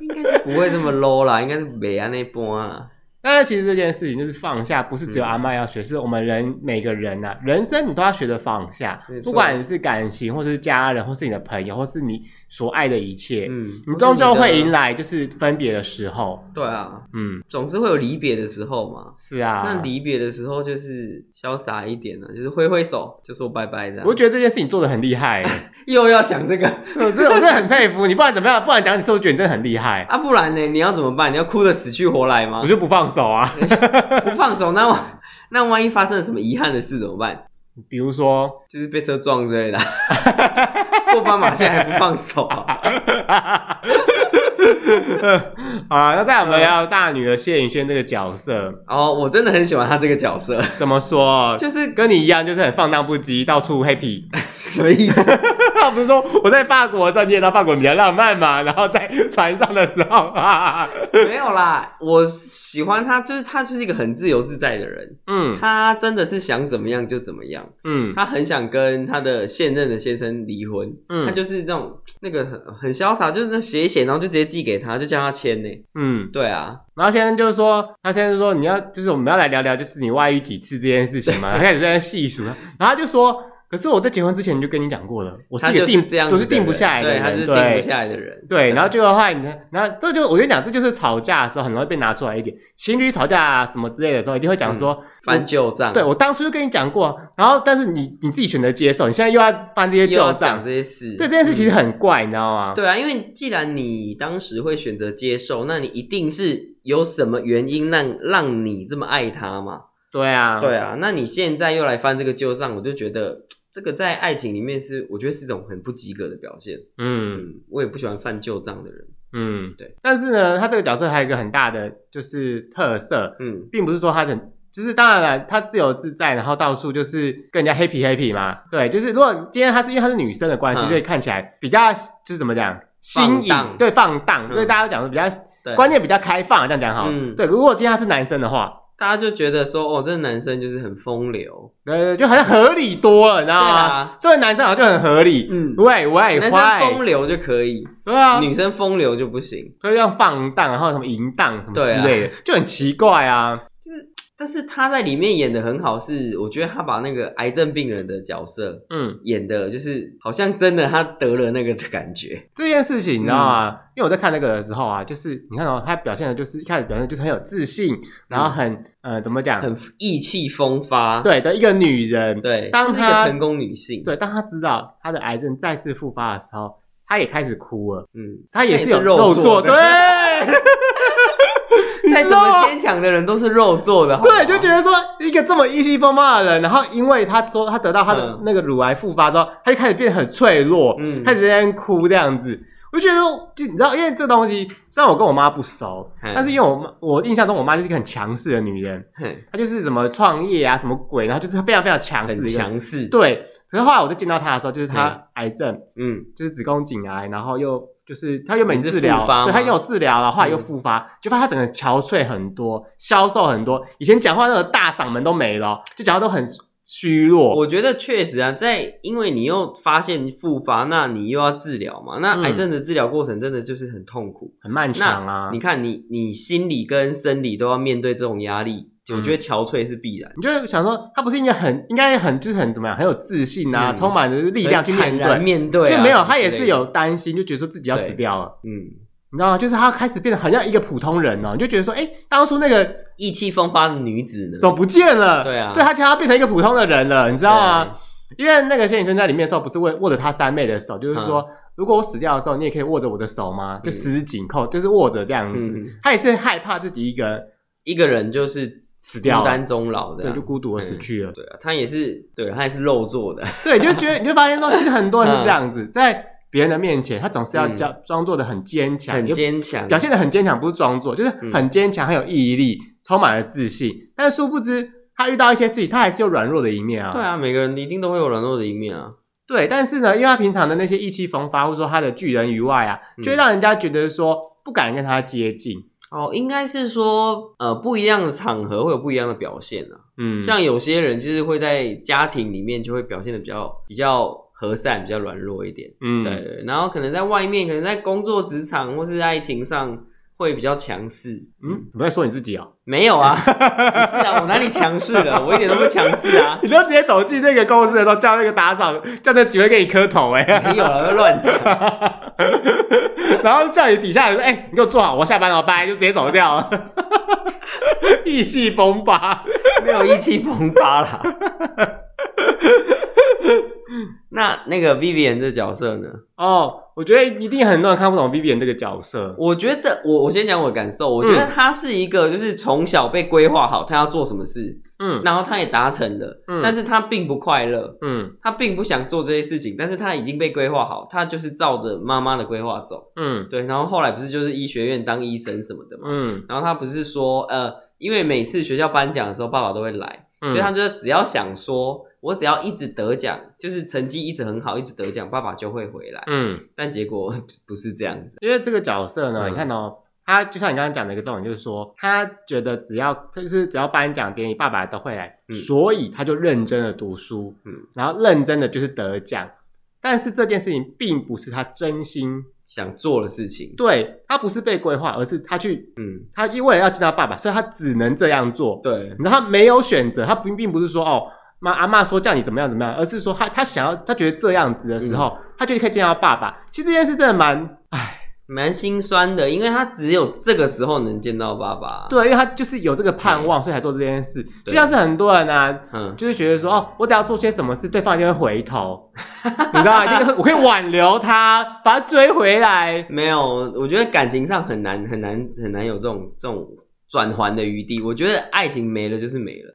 [SPEAKER 2] 应该是不会这么 low 啦，应该是没安那啊波啦。
[SPEAKER 1] 但是其实这件事情就是放下，不是
[SPEAKER 2] 嗯
[SPEAKER 1] 只有阿妈要学，是我们人每个人呐、啊，人生你都要学着放下
[SPEAKER 2] 没，错
[SPEAKER 1] 不管是感情，或是家人，或是你的朋友，或是你所爱的一切，
[SPEAKER 2] 嗯，
[SPEAKER 1] 你终究会迎
[SPEAKER 2] 来。
[SPEAKER 1] 来就是分别的时候。
[SPEAKER 2] 对啊，
[SPEAKER 1] 嗯，
[SPEAKER 2] 总是会有离别的时候嘛。
[SPEAKER 1] 是啊。
[SPEAKER 2] 那离别的时候就是潇洒一点呢、啊就是挥挥手就说拜拜这样。
[SPEAKER 1] 我觉得这件事情做的很厉害、欸，
[SPEAKER 2] 又要讲这个
[SPEAKER 1] 我真的我真的很佩服你。不然怎么样？不然讲你受卷真的很厉害，
[SPEAKER 2] 啊，不然呢？你要怎么办？你要哭得死去活来吗
[SPEAKER 1] 我？就不放手啊。
[SPEAKER 2] 不放手，那我那万一发生了什么遗憾的事怎么办？
[SPEAKER 1] 比如说，
[SPEAKER 2] 就是被车撞之类的。 过斑马线还不放手啊？
[SPEAKER 1] 好啊，那再来我们
[SPEAKER 2] 嗯
[SPEAKER 1] 要大女儿谢颖轩这个角色，
[SPEAKER 2] 哦，我真的很喜欢他这个角色，
[SPEAKER 1] 怎么说？
[SPEAKER 2] 就是
[SPEAKER 1] 跟你一样，就是很放荡不羁，到处 happy。
[SPEAKER 2] 什么意思？
[SPEAKER 1] 他不是说我在法国的时候，你也到法国比较浪漫嘛，然后在船上的时候， 啊、
[SPEAKER 2] 没有啦，我喜欢他，就是他就是一个很自由自在的人，
[SPEAKER 1] 嗯
[SPEAKER 2] 他真的是想怎么样就怎么样。
[SPEAKER 1] 嗯
[SPEAKER 2] 他很想跟他的现任的先生离婚，他
[SPEAKER 1] 嗯
[SPEAKER 2] 就是这种那个很很潇洒，就是那写一写，然后就直接寄给他，就叫他签呢。
[SPEAKER 1] 嗯。
[SPEAKER 2] 对啊，
[SPEAKER 1] 然后先生就是说，他先生说你要就是我们要来聊聊，就是你外遇几次这件事情嘛。 他开始在那细数，然后他就说，可是我在结婚之前就跟你讲过了，我
[SPEAKER 2] 他
[SPEAKER 1] 一个
[SPEAKER 2] 就
[SPEAKER 1] 定
[SPEAKER 2] 是这样子
[SPEAKER 1] 我
[SPEAKER 2] 的人，
[SPEAKER 1] 是定不下来的
[SPEAKER 2] 对，
[SPEAKER 1] 人，
[SPEAKER 2] 他就是定不下来的人。
[SPEAKER 1] 对，然后这个话你呢，然后这就我跟你讲，这就是吵架的时候很容易被拿出来一点，情侣吵架啊什么之类的时候，一定会讲说，
[SPEAKER 2] 翻旧账，
[SPEAKER 1] 对我当初就跟你讲过，然后但是你你自己选择接受，你现在又要翻这些
[SPEAKER 2] 又要
[SPEAKER 1] 旧
[SPEAKER 2] 讲
[SPEAKER 1] 账，
[SPEAKER 2] 这些事。
[SPEAKER 1] 对这件事其实
[SPEAKER 2] 嗯
[SPEAKER 1] 很怪，你知道吗？
[SPEAKER 2] 对啊，因为既然你当时会选择接受，那你一定是有什么原因让让你这么爱他嘛？
[SPEAKER 1] 对啊，
[SPEAKER 2] 对啊，那你现在又来翻这个旧账，我就觉得这个在爱情里面是，我觉得是一种很不及格的表现。
[SPEAKER 1] 嗯
[SPEAKER 2] 嗯，我也不喜欢翻旧账的人。
[SPEAKER 1] 嗯，
[SPEAKER 2] 对。
[SPEAKER 1] 但是呢，他这个角色还有一个很大的就是特色，
[SPEAKER 2] 嗯，
[SPEAKER 1] 并不是说他很。就是当然了，他自由自在，然后到处就是跟人家 happy happy 嘛。对，就是如果今天他是因为他是女生的关系，
[SPEAKER 2] 嗯
[SPEAKER 1] 所以看起来比较就是怎么讲，新颖
[SPEAKER 2] 荡，
[SPEAKER 1] 对，放荡，
[SPEAKER 2] 嗯
[SPEAKER 1] 所以大家都讲说比较
[SPEAKER 2] 对，
[SPEAKER 1] 观念比较开放，这样讲好。
[SPEAKER 2] 嗯
[SPEAKER 1] 对，如果今天他是男生的话，
[SPEAKER 2] 大家就觉得说，哦，这男生就是很风流，
[SPEAKER 1] 对对，对就好像合理多了，你知道
[SPEAKER 2] 对
[SPEAKER 1] 吗
[SPEAKER 2] 啊？
[SPEAKER 1] 作为男生好像就很合理，
[SPEAKER 2] 嗯
[SPEAKER 1] 喂喂
[SPEAKER 2] 男生
[SPEAKER 1] 坏，
[SPEAKER 2] 风流就可以，
[SPEAKER 1] 对啊，
[SPEAKER 2] 女生风流就不行。
[SPEAKER 1] 就像放荡，然后什么淫荡什么
[SPEAKER 2] 对啊
[SPEAKER 1] 之类的，就很奇怪啊。
[SPEAKER 2] 但是他在里面演的很好是，我觉得他把那个癌症病人的角色
[SPEAKER 1] 嗯，
[SPEAKER 2] 演的，就是好像真的他得了那个的感觉。
[SPEAKER 1] 这件事情你知道吗？
[SPEAKER 2] 嗯
[SPEAKER 1] 因为我在看那个的时候啊，就是你看哦，他表现的就是一开始表现就是很有自信，然后很、呃怎么讲，
[SPEAKER 2] 嗯很意气风发，
[SPEAKER 1] 对的一个女人，
[SPEAKER 2] 对，
[SPEAKER 1] 当
[SPEAKER 2] 就是一
[SPEAKER 1] 他
[SPEAKER 2] 个成功女性，，
[SPEAKER 1] 对，当他知道他的癌症再次复发的时候，他也开始哭了，
[SPEAKER 2] 嗯，
[SPEAKER 1] 他也是有
[SPEAKER 2] 她也是
[SPEAKER 1] 做，
[SPEAKER 2] 肉做
[SPEAKER 1] 对
[SPEAKER 2] 的，
[SPEAKER 1] 你
[SPEAKER 2] 再
[SPEAKER 1] 知
[SPEAKER 2] 怎
[SPEAKER 1] 道吗
[SPEAKER 2] 么坚强的人都是肉做的，好不好
[SPEAKER 1] 对，就觉得说一个这么意气风发的人，然后因为他说他得到他的
[SPEAKER 2] 嗯
[SPEAKER 1] 那个乳癌复发之后，他就开始变得很脆弱，
[SPEAKER 2] 嗯
[SPEAKER 1] 开始在那边哭这样子。我就觉得，就你知道，因为这东西虽然我跟我妈不熟，
[SPEAKER 2] 嗯
[SPEAKER 1] 但是因为我妈，我印象中我妈就是一个很强势的女人，
[SPEAKER 2] 嘿
[SPEAKER 1] 她就是什么创业啊，什么鬼，然后就是非常非常强势
[SPEAKER 2] 很
[SPEAKER 1] 的一个人。
[SPEAKER 2] 强势，，
[SPEAKER 1] 对，可是后来我就见到她的时候，就是她
[SPEAKER 2] 嗯
[SPEAKER 1] 癌症，
[SPEAKER 2] 嗯，
[SPEAKER 1] 就是子宫颈癌，然后又就是她原本
[SPEAKER 2] 你是
[SPEAKER 1] 治疗
[SPEAKER 2] 复发，吗嗯
[SPEAKER 1] 对她又有治疗，然后后来又复发，就发现她整个憔悴很多，消瘦很多，以前讲话那个大嗓门都没了哦，就讲话都很虚弱。
[SPEAKER 2] 我觉得确实啊，在因为你又发现复发，那你又要治疗嘛，那
[SPEAKER 1] 嗯
[SPEAKER 2] 癌症的治疗过程真的就是很痛苦。
[SPEAKER 1] 很漫长啊！
[SPEAKER 2] 你看你，你心理跟生理都要面对这种压力，我觉得憔悴是必然，
[SPEAKER 1] 你就会想说，他不是应该很应该很就是很怎么样，很有自信啊，
[SPEAKER 2] 嗯
[SPEAKER 1] 充满了力量去面
[SPEAKER 2] 坦
[SPEAKER 1] 对
[SPEAKER 2] 然，面对啊
[SPEAKER 1] 就没有他
[SPEAKER 2] 之类
[SPEAKER 1] 也
[SPEAKER 2] 的
[SPEAKER 1] 是有担心，就觉得说自己要死
[SPEAKER 2] 对
[SPEAKER 1] 掉了，
[SPEAKER 2] 嗯
[SPEAKER 1] 你知道吗？就是他开始变得很像一个普通人哦，你就觉得说，哎、当初那个
[SPEAKER 2] 意气风发的女子呢，
[SPEAKER 1] 怎么不见了？
[SPEAKER 2] 对啊
[SPEAKER 1] 对他其实他变成一个普通的人了，你知道啊吗？
[SPEAKER 2] 对啊
[SPEAKER 1] 因为那个谢颖生在里面的时候，不是握握着他三妹的手，就是说，
[SPEAKER 2] 嗯
[SPEAKER 1] 如果我死掉的时候，你也可以握着我的手吗？就十指紧扣，就是握着这样子。
[SPEAKER 2] 嗯
[SPEAKER 1] 他也是害怕自己一个人
[SPEAKER 2] 一个人就是
[SPEAKER 1] 死
[SPEAKER 2] 孤
[SPEAKER 1] 掉了
[SPEAKER 2] 单。终老的啊
[SPEAKER 1] 对，，就孤独的死去了。
[SPEAKER 2] 对啊，她也是，对，她也是肉做的，
[SPEAKER 1] 对，你就觉得你就发现说，其实很多人是这样
[SPEAKER 2] 嗯
[SPEAKER 1] 子，在别人的面前，他总是要装装作的很坚强，
[SPEAKER 2] 很
[SPEAKER 1] 又
[SPEAKER 2] 坚强，
[SPEAKER 1] 表现的很坚强，不是装作，就是
[SPEAKER 2] 嗯
[SPEAKER 1] 很坚强，很有毅力，充满了自信。但是殊不知，他遇到一些事情，他还是有软弱的一面啊。
[SPEAKER 2] 对啊，每个人一定都会有软弱的一面啊，
[SPEAKER 1] 对，但是呢，因为他平常的那些意气风发，或者说他的拒人于外啊，
[SPEAKER 2] 嗯
[SPEAKER 1] 就会让人家觉得说不敢跟他接近。
[SPEAKER 2] 哦，应该是说，呃，不一样的场合会有不一样的表现啊。
[SPEAKER 1] 嗯，
[SPEAKER 2] 像有些人就是会在家庭里面就会表现的比较比较和善，比较软弱一点。
[SPEAKER 1] 嗯，
[SPEAKER 2] 对对，然后可能在外面，可能在工作职场或是爱情上会比较强势。
[SPEAKER 1] 嗯，，怎么在说你自己哦？
[SPEAKER 2] 没有啊，不 是啊，我哪里强势了？我一点都不强势啊，
[SPEAKER 1] 你都直接走进那个公司的时候，叫那个打扫，叫那几位给你磕头哎、
[SPEAKER 2] 没有啊，乱讲。
[SPEAKER 1] 然后叫你底下人说，哎、你给我坐好，我下班了，拜，就直接走掉了， 意气风发。
[SPEAKER 2] 没有意气风发啦。 那那个 Vivian 这角色呢？
[SPEAKER 1] 哦，我觉得一定很多人看不懂 Vivian 这个角色。
[SPEAKER 2] 我觉得我我先讲我的感受，
[SPEAKER 1] 嗯
[SPEAKER 2] 我觉得他是一个就是从小被规划好他要做什么事，
[SPEAKER 1] 嗯
[SPEAKER 2] 然后他也达成了，
[SPEAKER 1] 嗯
[SPEAKER 2] 但是他并不快乐，
[SPEAKER 1] 嗯
[SPEAKER 2] 他并不想做这些事情，但是他已经被规划好，他就是照着妈妈的规划走。
[SPEAKER 1] 嗯
[SPEAKER 2] 对，然后后来不是就是医学院当医生什么的嘛，
[SPEAKER 1] 嗯
[SPEAKER 2] 然后他不是说呃，因为每次学校颁奖的时候，爸爸都会来，
[SPEAKER 1] 嗯
[SPEAKER 2] 所以他就只要想说，我只要一直得奖，就是成绩一直很好，一直得奖，爸爸就会回来。
[SPEAKER 1] 嗯。
[SPEAKER 2] 但结果不是这样子，
[SPEAKER 1] 因为这个角色呢，
[SPEAKER 2] 嗯
[SPEAKER 1] 你看哦，他就像你刚刚讲的一个重点，就是说他觉得只要就是只要颁奖典礼，爸爸都会来，
[SPEAKER 2] 嗯
[SPEAKER 1] 所以他就认真的读书，
[SPEAKER 2] 嗯
[SPEAKER 1] 然后认真的就是得奖。但是这件事情并不是他真心，
[SPEAKER 2] 想做的事情，
[SPEAKER 1] 对他不是被规划，而是他去
[SPEAKER 2] 嗯，
[SPEAKER 1] 他因为了要见到爸爸，所以他只能这样做。
[SPEAKER 2] 对，
[SPEAKER 1] 然后他没有选择，他并并不是说哦，妈阿妈说叫你怎么样怎么样，而是说他他想要他觉得这样子的
[SPEAKER 2] 嗯
[SPEAKER 1] 时候，他就可以见到爸爸。其实这件事真的蛮
[SPEAKER 2] 蛮心酸的，因为他只有这个时候能见到爸啊爸。，
[SPEAKER 1] 对，因为他就是有这个盼望，所以才做这件事。就
[SPEAKER 2] 对
[SPEAKER 1] 像是很多人啊，
[SPEAKER 2] 嗯，
[SPEAKER 1] 就是觉得说，哦，我只要做些什么事，对方一定会回头， 你知道吗？一定会我可以挽留他，把他追回来。
[SPEAKER 2] 没有，我觉得感情上很难很难很难有这种这种转环的余地。我觉得爱情没了就是没了，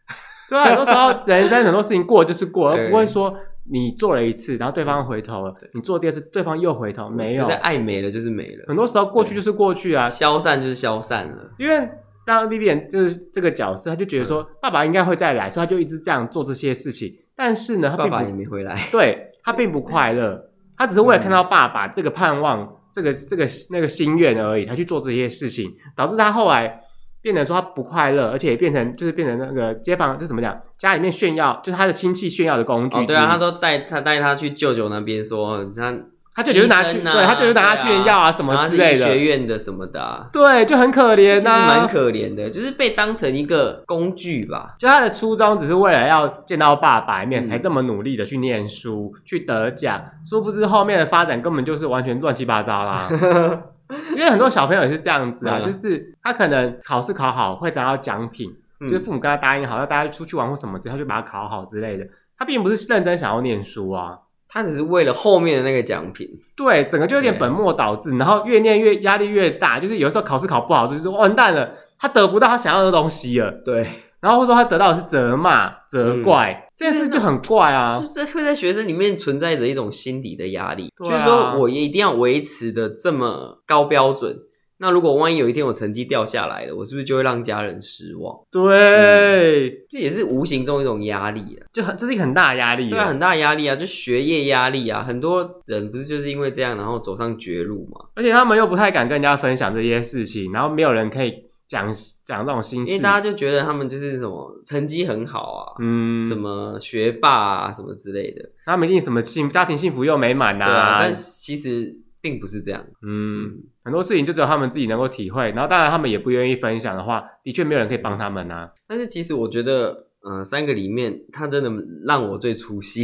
[SPEAKER 1] 对啊，很多时 候人生很多事情过就是过，而
[SPEAKER 2] 对
[SPEAKER 1] 不会说你做了一次，然后对方回头了，你做第二次，对方又回头，没有
[SPEAKER 2] 我觉。得爱没了就是没了，
[SPEAKER 1] 很多时候过去就是过去啊，
[SPEAKER 2] 消散就是消散了。
[SPEAKER 1] 因为当 Vivian 就是这个角色，他就觉得说
[SPEAKER 2] 嗯
[SPEAKER 1] 爸爸应该会再来，所以他就一直这样做这些事情。但是呢，他并
[SPEAKER 2] 爸
[SPEAKER 1] 不
[SPEAKER 2] 爸也没 回来，
[SPEAKER 1] 对他并不快
[SPEAKER 2] 嗯
[SPEAKER 1] 乐，他只是为了看到爸爸这个盼望、这个这个那个心愿而已，他去做这些事情，导致他后来变成说他不快乐，而且也变成就是变成那个街坊，就怎么讲，家里面
[SPEAKER 2] 哦啊
[SPEAKER 1] 炫耀，就是他的亲戚炫耀的工具之一、
[SPEAKER 2] 哦，对啊，他都带他带他去舅舅那边说，他
[SPEAKER 1] 他就觉得拿去，
[SPEAKER 2] 医生啊
[SPEAKER 1] 对他就是拿他炫耀啊什
[SPEAKER 2] 然
[SPEAKER 1] 么
[SPEAKER 2] 后
[SPEAKER 1] 之
[SPEAKER 2] 是医
[SPEAKER 1] 类
[SPEAKER 2] 学
[SPEAKER 1] 的，
[SPEAKER 2] 院的什么的、啊，
[SPEAKER 1] 对，就很可
[SPEAKER 2] 其
[SPEAKER 1] 怜
[SPEAKER 2] 实
[SPEAKER 1] 呐、
[SPEAKER 2] 蛮可怜的，就是被当成一个工 具吧。
[SPEAKER 1] 就他的初衷只是为了要见到爸爸一面，
[SPEAKER 2] 嗯
[SPEAKER 1] 才这么努力的去念书、去得奖，殊不知后面的发展根本就是完全乱七八糟啦。因为很多小朋友也是这样子啊，
[SPEAKER 2] 嗯
[SPEAKER 1] 就是他可能考试考好会拿到奖品，
[SPEAKER 2] 嗯
[SPEAKER 1] 就是父母跟他答应好要大家出去玩或什么之类，他就把它考好之类的。他并不是认真想要念书啊，
[SPEAKER 2] 他只是为了后面的那个奖品，
[SPEAKER 1] 对，整个就有点
[SPEAKER 2] 对
[SPEAKER 1] 本末倒置，然后越念越压力越大，就是有的时候考试考不好，就是说完蛋了，他得不到他想要的东西了。
[SPEAKER 2] 对，
[SPEAKER 1] 然后或者说他得到的是责骂、
[SPEAKER 2] 嗯
[SPEAKER 1] 责怪，这件事就很怪啊。
[SPEAKER 2] 就是会在学生里面存在着一种心理的压力，
[SPEAKER 1] 对啊
[SPEAKER 2] 就是说我也一定要维持的这么高标准。那如果万一有一天我成绩掉下来了，我是不是就会让家人失望？
[SPEAKER 1] 对，
[SPEAKER 2] 这也是无形中一种压力啊。
[SPEAKER 1] 就很这是一个很大的压力。
[SPEAKER 2] 对啊，很大的压力啊，就学业压力啊，很多人不是就是因为这样，然后走上绝路嘛？
[SPEAKER 1] 而且他们又不太敢跟人家分享这些事情，然后没有人可以讲讲这种心事。
[SPEAKER 2] 因为大家就觉得他们就是什么成绩很好啊，
[SPEAKER 1] 嗯，
[SPEAKER 2] 什么学霸啊，什么之类的，
[SPEAKER 1] 他们一定什么幸家庭幸福又美满呐、
[SPEAKER 2] 对啊，但其实并不是这样，
[SPEAKER 1] 嗯，很多事情就只有他们自己能够体会。然后当然他们也不愿意分享的话，的确没有人可以帮他们呐、啊
[SPEAKER 2] 但是其实我觉得，呃，三个里面，他真的让我最出戏，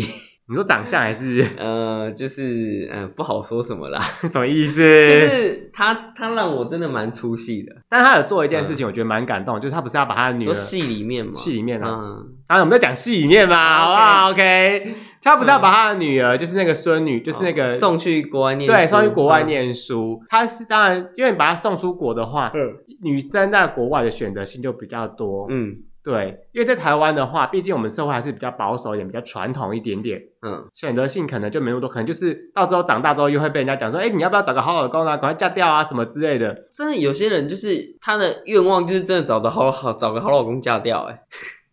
[SPEAKER 1] 你说长相还是
[SPEAKER 2] 呃，就是呃，不好说什么啦，
[SPEAKER 1] 什么意思？
[SPEAKER 2] 就是他他让我真的蛮出戏的，
[SPEAKER 1] 但他有做一件事情，我觉得蛮感动，就是他不是要把他的女
[SPEAKER 2] 嗯说
[SPEAKER 1] 儿
[SPEAKER 2] 戏里面嘛，
[SPEAKER 1] 戏里面啊，
[SPEAKER 2] 嗯，
[SPEAKER 1] 啊，我们在讲戏里面嘛，好不
[SPEAKER 2] 哦 OK 嗯
[SPEAKER 1] 好？OK，他 不是要把他的女儿，就是那个孙女，就是那个、
[SPEAKER 2] 哦送去国外念书，
[SPEAKER 1] 对送去国外
[SPEAKER 2] 嗯，
[SPEAKER 1] 念书。他是当然，因为你把他送出国的话，
[SPEAKER 2] 嗯
[SPEAKER 1] 女生在国外的选择性就比较多。
[SPEAKER 2] 嗯
[SPEAKER 1] 对，因为在台湾的话，毕竟我们社会还是比较保守一点，比较传统一点点，
[SPEAKER 2] 嗯，
[SPEAKER 1] 选择性可能就没那么多，可能就是到之后长大之后又会被人家讲说，哎，你要不要找个好老公啊，赶快嫁掉啊什么之类的。
[SPEAKER 2] 真的有些人就是他的愿望就是真的找到好好找个好老公嫁掉、欸，哎，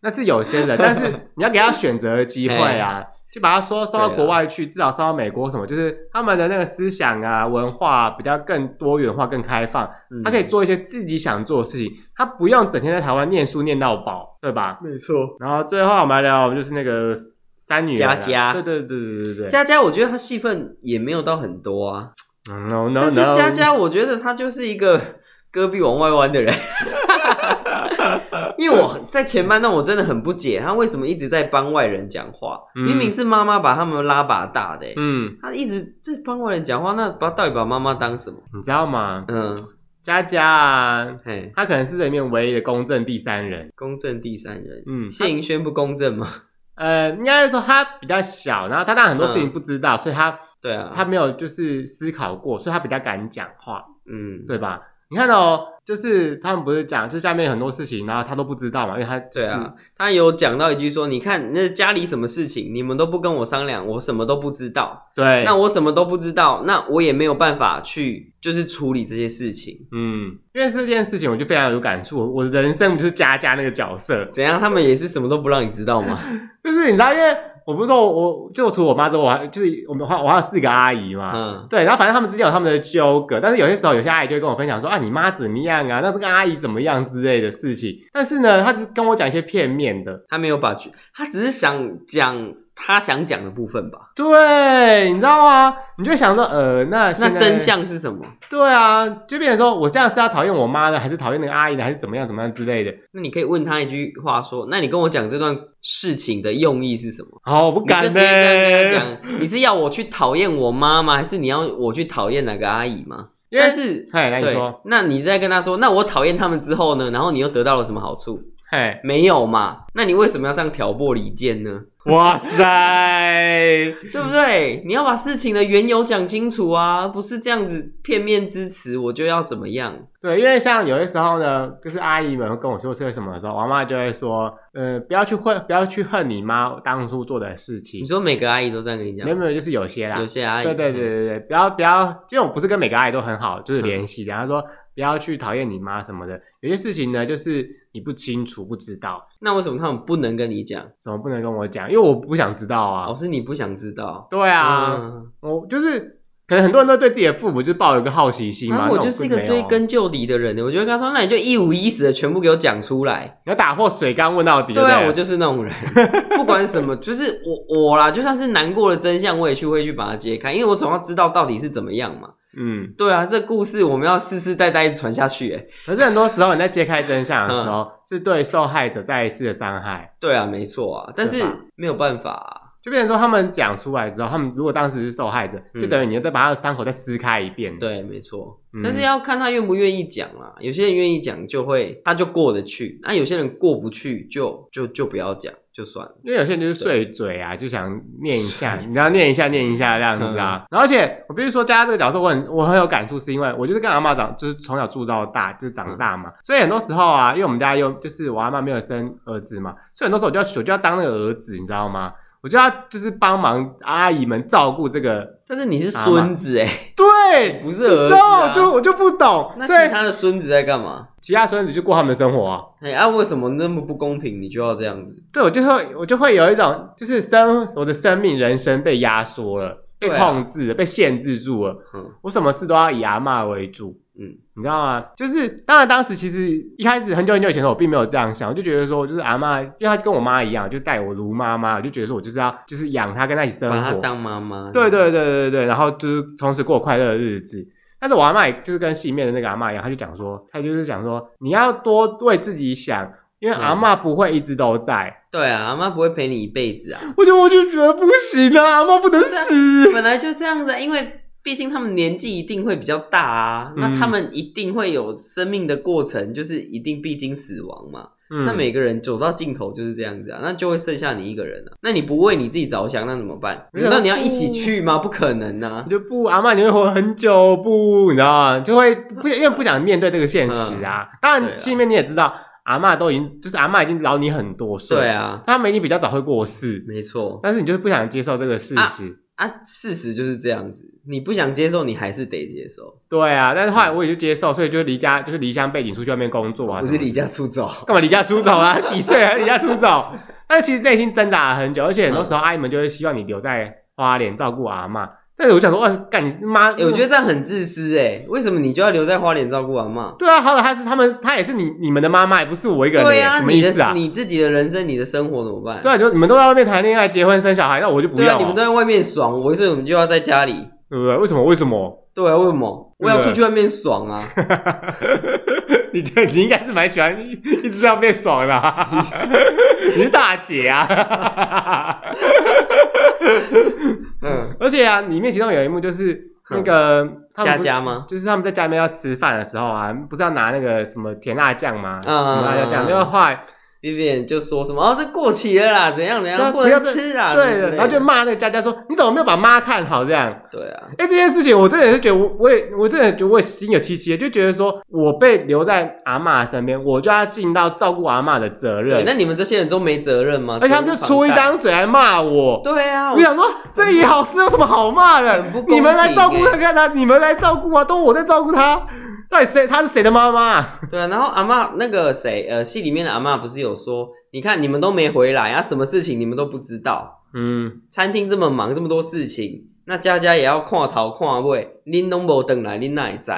[SPEAKER 1] 那是有些人， 但是你要给他选择的机会
[SPEAKER 2] 哎
[SPEAKER 1] 啊，就把他说送到
[SPEAKER 2] 啊
[SPEAKER 1] 国外去，至少送到美国什么，就是他们的那个思想啊、文化、比较更多元化、更开放，
[SPEAKER 2] 嗯
[SPEAKER 1] 他可以做一些自己想做的事情，他不用整天在台湾念书念到饱，对吧？
[SPEAKER 2] 没错。
[SPEAKER 1] 然后最后我们来聊，我们就是那个三女儿啊
[SPEAKER 2] 佳佳
[SPEAKER 1] 对对对对对对对
[SPEAKER 2] 佳佳，我觉得她戏份也没有到很多啊，
[SPEAKER 1] 嗯，no no no，
[SPEAKER 2] 但是佳佳，我觉得她就是一个胳臂往外弯的人， 因为我很在前半段我真的很不解，她为什么一直在帮外人讲话，
[SPEAKER 1] 嗯
[SPEAKER 2] 明明是妈妈把他们拉拔大的、欸，
[SPEAKER 1] 嗯，
[SPEAKER 2] 她一直在帮外人讲话，那把到底把妈妈当什么？
[SPEAKER 1] 你知道吗？
[SPEAKER 2] 嗯，
[SPEAKER 1] 佳佳啊，
[SPEAKER 2] 嘿，
[SPEAKER 1] 她可能是这里面唯一的公正第三人，
[SPEAKER 2] 公正第三人，
[SPEAKER 1] 嗯，
[SPEAKER 2] 谢盈萱不公正吗？
[SPEAKER 1] 呃，应该是说他比较小，然后他当然很多事情不知道，所以他
[SPEAKER 2] 对啊，
[SPEAKER 1] 他没有就是思考过，所以他比较敢讲话，
[SPEAKER 2] 嗯，
[SPEAKER 1] 对吧？你看哦，就是他们不是讲，就下面有很多事情，然后他都不知道嘛，因为他、就
[SPEAKER 2] 对
[SPEAKER 1] 是、
[SPEAKER 2] 啊，，他有讲到一句说：“你看，那家里什么事情，你们都不跟我商量，我什么都不知道。
[SPEAKER 1] 对，
[SPEAKER 2] 那我什么都不知道，那我也没有办法去就是处理这些事情。
[SPEAKER 1] 嗯，因为这件事情我就非常有感触，我我人生就是佳佳那个角色，
[SPEAKER 2] 怎样？他们也是什么都不让你知道吗？
[SPEAKER 1] 就是你知道，因为我不是说我我就除我妈之后，我还就是我们我还有四个阿姨嘛，
[SPEAKER 2] 嗯，
[SPEAKER 1] 对，然后反正他们之间有他们的纠葛，但是有些时候有些阿姨就会跟我分享说啊，你妈怎么样啊，那这个阿姨怎么样之类的事情。但是呢，她只跟我讲一些片面的。
[SPEAKER 2] 他没有把，他只是想讲他想讲的部分吧。
[SPEAKER 1] 对，你知道吗？你就会想说，呃，那
[SPEAKER 2] 那
[SPEAKER 1] 现在
[SPEAKER 2] 真？相是什么？
[SPEAKER 1] 对啊，就变成说我这样是要讨厌我妈呢，还是讨厌那个阿姨呢，还是怎么样怎么样之类的？
[SPEAKER 2] 那你可以问他一句话说：“那你跟我讲这段事情的用意是什么
[SPEAKER 1] 好、我不？”
[SPEAKER 2] 你就
[SPEAKER 1] 敢
[SPEAKER 2] 直
[SPEAKER 1] 呢、
[SPEAKER 2] 接这样跟他讲，你是要我去讨厌我妈吗？还是你要我去讨厌哪个阿姨吗？
[SPEAKER 1] 因为
[SPEAKER 2] 但是
[SPEAKER 1] 嘿，来你
[SPEAKER 2] 对，
[SPEAKER 1] 说，
[SPEAKER 2] 那你再跟他说，那我讨厌他们之后呢？然后你又得到了什么好处？
[SPEAKER 1] 嘿，
[SPEAKER 2] 没有嘛？那你为什么要这样挑拨离间
[SPEAKER 1] 嗯
[SPEAKER 2] 呢？
[SPEAKER 1] 哇塞，
[SPEAKER 2] 对不对？你要把事情的缘由讲清楚啊，不是这样子片面支持我就要怎么样？
[SPEAKER 1] 对，因为像有些时候呢，就是阿姨们会跟我说是为什么的时候，我妈就会说，呃，不要去恨，不要去恨你妈当初做的事情
[SPEAKER 2] 你。说每个阿姨都这样跟你讲
[SPEAKER 1] 没有，没有，就是有些啦
[SPEAKER 2] 有。些阿姨嗯
[SPEAKER 1] 对对对对对，不要不要，因为我不是跟每个阿姨都很好，就是联系的。她说不要去讨厌你妈什么的，有些事情呢，就是你不清楚不知道，
[SPEAKER 2] 那为什么他们不能跟你讲？
[SPEAKER 1] 怎么不能跟我讲？因为我不想知道啊
[SPEAKER 2] 老。师你不想知道
[SPEAKER 1] 对啊，
[SPEAKER 2] 哦嗯
[SPEAKER 1] 我就是。可能很多人都对自己的父母就是抱有一个好奇心嘛。
[SPEAKER 2] 啊，
[SPEAKER 1] 那
[SPEAKER 2] 我
[SPEAKER 1] 种
[SPEAKER 2] 就是一个
[SPEAKER 1] 没有
[SPEAKER 2] 追根究底的人，我就跟他说，那你就一五一十的全部给我讲出来。
[SPEAKER 1] 你要打破水缸问到底。
[SPEAKER 2] 对啊，
[SPEAKER 1] 不
[SPEAKER 2] 我就是那种人， 不管什么，就是我我啦，就算是难过的真相，我也去会去把它揭开，因为我总要知道到底是怎么样嘛。
[SPEAKER 1] 嗯，
[SPEAKER 2] 对啊，这故事我们要世世代代传下去、欸，
[SPEAKER 1] 可是很多时候你在揭开真相的时
[SPEAKER 2] 嗯
[SPEAKER 1] 候，是对受害者再一次的伤害，
[SPEAKER 2] 对啊，没错啊，但是
[SPEAKER 1] 对吧
[SPEAKER 2] 没有办法、啊，
[SPEAKER 1] 就变成说他们讲出来之后，他们如果当时是受害者，
[SPEAKER 2] 嗯
[SPEAKER 1] 就等于你要再把他的伤口再撕开一遍。，
[SPEAKER 2] 对，没错，
[SPEAKER 1] 嗯
[SPEAKER 2] 但是要看他愿不愿意讲啦。有些人愿意讲，就会他就过得去；那有些人过不去就，就就不要讲，就算了。
[SPEAKER 1] 因为有些人就是碎嘴啊，就想念一下，
[SPEAKER 2] 碎嘴
[SPEAKER 1] 你知道念一下念一下这样子
[SPEAKER 2] 嗯
[SPEAKER 1] 啊。然后而且我必须说，佳佳这个角色我很我很有感触，是因为我就是跟阿妈长，就是从小住到大，就是长大
[SPEAKER 2] 嗯
[SPEAKER 1] 嘛。所以很多时候啊，因为我们家又就是我阿妈没有生儿子嘛，所以很多时候我就要我就要当那个儿子，你知道吗？我就要就是帮忙阿姨们照顾这个，
[SPEAKER 2] 但是你是孙子哎、
[SPEAKER 1] 对，
[SPEAKER 2] 不是儿子、
[SPEAKER 1] 之后
[SPEAKER 2] 啊，
[SPEAKER 1] 就我就不懂，
[SPEAKER 2] 那
[SPEAKER 1] 所以
[SPEAKER 2] 其他的孙子在干嘛？
[SPEAKER 1] 其他孙子就过他们的生活、啊。
[SPEAKER 2] 哎、啊，为什么那么不公平？你就要这样子？
[SPEAKER 1] 对，我就会我就会有一种就是生我的生命人生被压缩了，被
[SPEAKER 2] 对啊
[SPEAKER 1] 控制了，被限制住了。
[SPEAKER 2] 嗯
[SPEAKER 1] 我什么事都要以阿嬷为主，
[SPEAKER 2] 嗯，
[SPEAKER 1] 你知道吗？就是当然当时其实一开始很久很久以前的时候，我并没有这样想，我就觉得说就是阿嬷，因为她跟我妈一样，就带我如妈妈，我就觉得说我就是要就是养她，跟她一起生
[SPEAKER 2] 把他
[SPEAKER 1] 活。
[SPEAKER 2] 当妈妈。
[SPEAKER 1] 对对对对对，然后就是从此过快乐的日子。但是我阿嬷也就是跟戏里面的那个阿嬷一样，她就讲说，她就是讲说你要多为自己想，因为阿嬷不会一直都在。
[SPEAKER 2] 对啊，阿妈不会陪你一辈子啊，
[SPEAKER 1] 我就我就觉得不行啊，阿妈不能死。
[SPEAKER 2] 本来就这样子、啊，因为。毕竟他们年纪一定会比较大啊，那
[SPEAKER 1] 嗯
[SPEAKER 2] 他们一定会有生命的过程，就是一定必经死亡嘛。
[SPEAKER 1] 嗯
[SPEAKER 2] 那每个人走到尽头就是这样子啊，那就会剩下你一个人啊。那你不为你自己着想，那怎么办？
[SPEAKER 1] 没有
[SPEAKER 2] 难道你要一起去
[SPEAKER 1] 嗯
[SPEAKER 2] 吗？不可能啊
[SPEAKER 1] 你！就不阿妈，你会活很久不？你知道吗？就会不因为不想面对这个现实啊。当
[SPEAKER 2] 对啊
[SPEAKER 1] 然，心里面你也知道，阿妈都已经就是阿妈已经老你很多岁，
[SPEAKER 2] 对，啊，
[SPEAKER 1] 他们已经比较早会过世，
[SPEAKER 2] 没错
[SPEAKER 1] 但是你就是不想接受这个事实。
[SPEAKER 2] 啊，事实就是这样子。你不想接受，你还是得接受，
[SPEAKER 1] 对啊，但是后来我也就接受，所以就离家，就是离乡背景出去外面工作啊。
[SPEAKER 2] 不是离家 出走。
[SPEAKER 1] 干嘛离家出走啊？ 几岁还离家出走？但是其实内心挣扎了很久，而且很多时候阿姨们就会希望你留在花莲照顾阿妈。但是我想说，哇，干你妈！
[SPEAKER 2] 欸我觉得这样很自私哎、为什么你就要留在花莲照顾阿妈？
[SPEAKER 1] 对啊，好歹他是他们，他也是你你们的妈妈，也不是我一个人的
[SPEAKER 2] 对
[SPEAKER 1] 耶，
[SPEAKER 2] 啊，
[SPEAKER 1] 什么
[SPEAKER 2] 你
[SPEAKER 1] 意思
[SPEAKER 2] 的
[SPEAKER 1] 啊？
[SPEAKER 2] 你自己的人生，你的生活怎么办？
[SPEAKER 1] 对啊，就你们都在外面谈恋爱、结婚、生小孩，那我就不
[SPEAKER 2] 对
[SPEAKER 1] 要、
[SPEAKER 2] 啊，你们都在外面爽，我为什么就要在家里？
[SPEAKER 1] 对不对？为什么？为什么？
[SPEAKER 2] 对啊，为什么我
[SPEAKER 1] 对
[SPEAKER 2] 要出去外面 爽啊？
[SPEAKER 1] 你这你应该是蛮喜欢一一直这样变爽的、啊，你是大姐 啊！
[SPEAKER 2] 嗯，
[SPEAKER 1] 而且啊，里面其中有一幕就是那个他们
[SPEAKER 2] 佳
[SPEAKER 1] 不是
[SPEAKER 2] 佳吗？
[SPEAKER 1] 就是他们在家里面要吃饭的时候啊，不是要拿那个什么甜辣酱吗？
[SPEAKER 2] 嗯
[SPEAKER 1] 什么辣椒
[SPEAKER 2] 嗯嗯
[SPEAKER 1] 酱，就后来
[SPEAKER 2] Vivian 就说什么哦，这过期了啦，怎样怎
[SPEAKER 1] 对啊
[SPEAKER 2] 样，不
[SPEAKER 1] 不要
[SPEAKER 2] 能
[SPEAKER 1] 这
[SPEAKER 2] 吃啦，什么
[SPEAKER 1] 对
[SPEAKER 2] 之类
[SPEAKER 1] 的，
[SPEAKER 2] 的
[SPEAKER 1] 然后就骂那个佳佳说：“你怎么没有把妈看好？”这样，
[SPEAKER 2] 对啊，
[SPEAKER 1] 哎、这件事情我真的是觉得我，我也我真的觉得我心有戚戚，就觉得说我被留在阿嬷身边，我就要尽到照顾阿嬷的责
[SPEAKER 2] 对，
[SPEAKER 1] 任，
[SPEAKER 2] 那你们这些人都没责任吗？
[SPEAKER 1] 而且他们就出一张嘴来骂我。
[SPEAKER 2] 责任绑带，对啊，
[SPEAKER 1] 我
[SPEAKER 2] 我
[SPEAKER 1] 想说，这也好是有什么好骂的
[SPEAKER 2] 很不？公
[SPEAKER 1] 你们来
[SPEAKER 2] 平
[SPEAKER 1] 照顾
[SPEAKER 2] 欸
[SPEAKER 1] 他，看他，你们来照顾啊，都我在照顾他。到底谁？他是谁的妈妈啊？
[SPEAKER 2] 对啊，然后阿嬷那个谁，呃，戏里面的阿嬷不是有说，你看你们都没回来啊，什么事情你们都不知道，
[SPEAKER 1] 嗯，
[SPEAKER 2] 餐厅这么忙，这么多事情，那佳佳也要看头看尾，恁拢无等来，恁哪会知？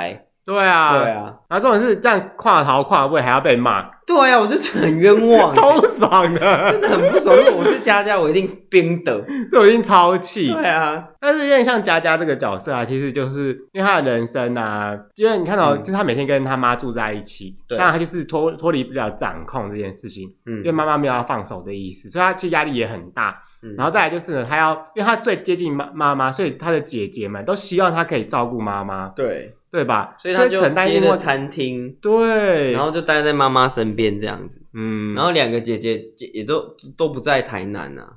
[SPEAKER 1] 对啊，
[SPEAKER 2] 对啊，
[SPEAKER 1] 然后这种是这样跨逃跨位还要被骂，，
[SPEAKER 2] 对啊，我就觉得很冤枉
[SPEAKER 1] 超爽的，
[SPEAKER 2] 真的很不爽，因为我是佳佳，我一定冰的，
[SPEAKER 1] 这我已经超气。
[SPEAKER 2] 对啊，
[SPEAKER 1] 但是有点像佳佳这个角色啊，其实就是因为她的人生啊，因为你看到，
[SPEAKER 2] 嗯
[SPEAKER 1] 就是她每天跟她妈住在一起，
[SPEAKER 2] 对
[SPEAKER 1] 当然她就是脱脱离不了掌控这件事情，
[SPEAKER 2] 嗯
[SPEAKER 1] 因为，妈妈没有要放手的意思，所以她其实压力也很大。
[SPEAKER 2] 嗯
[SPEAKER 1] 然后再来就是呢，她要，因为她最接近妈妈妈，所以她的姐姐们都希望她可以照顾妈妈，
[SPEAKER 2] 对。
[SPEAKER 1] 对吧？
[SPEAKER 2] 所以他就
[SPEAKER 1] 承担
[SPEAKER 2] 接
[SPEAKER 1] 一
[SPEAKER 2] 了
[SPEAKER 1] 定
[SPEAKER 2] 餐厅，
[SPEAKER 1] 对，
[SPEAKER 2] 然后就待在妈妈身边这样子。
[SPEAKER 1] 嗯，
[SPEAKER 2] 然后两个姐姐姐也都都不在台南啊，对啊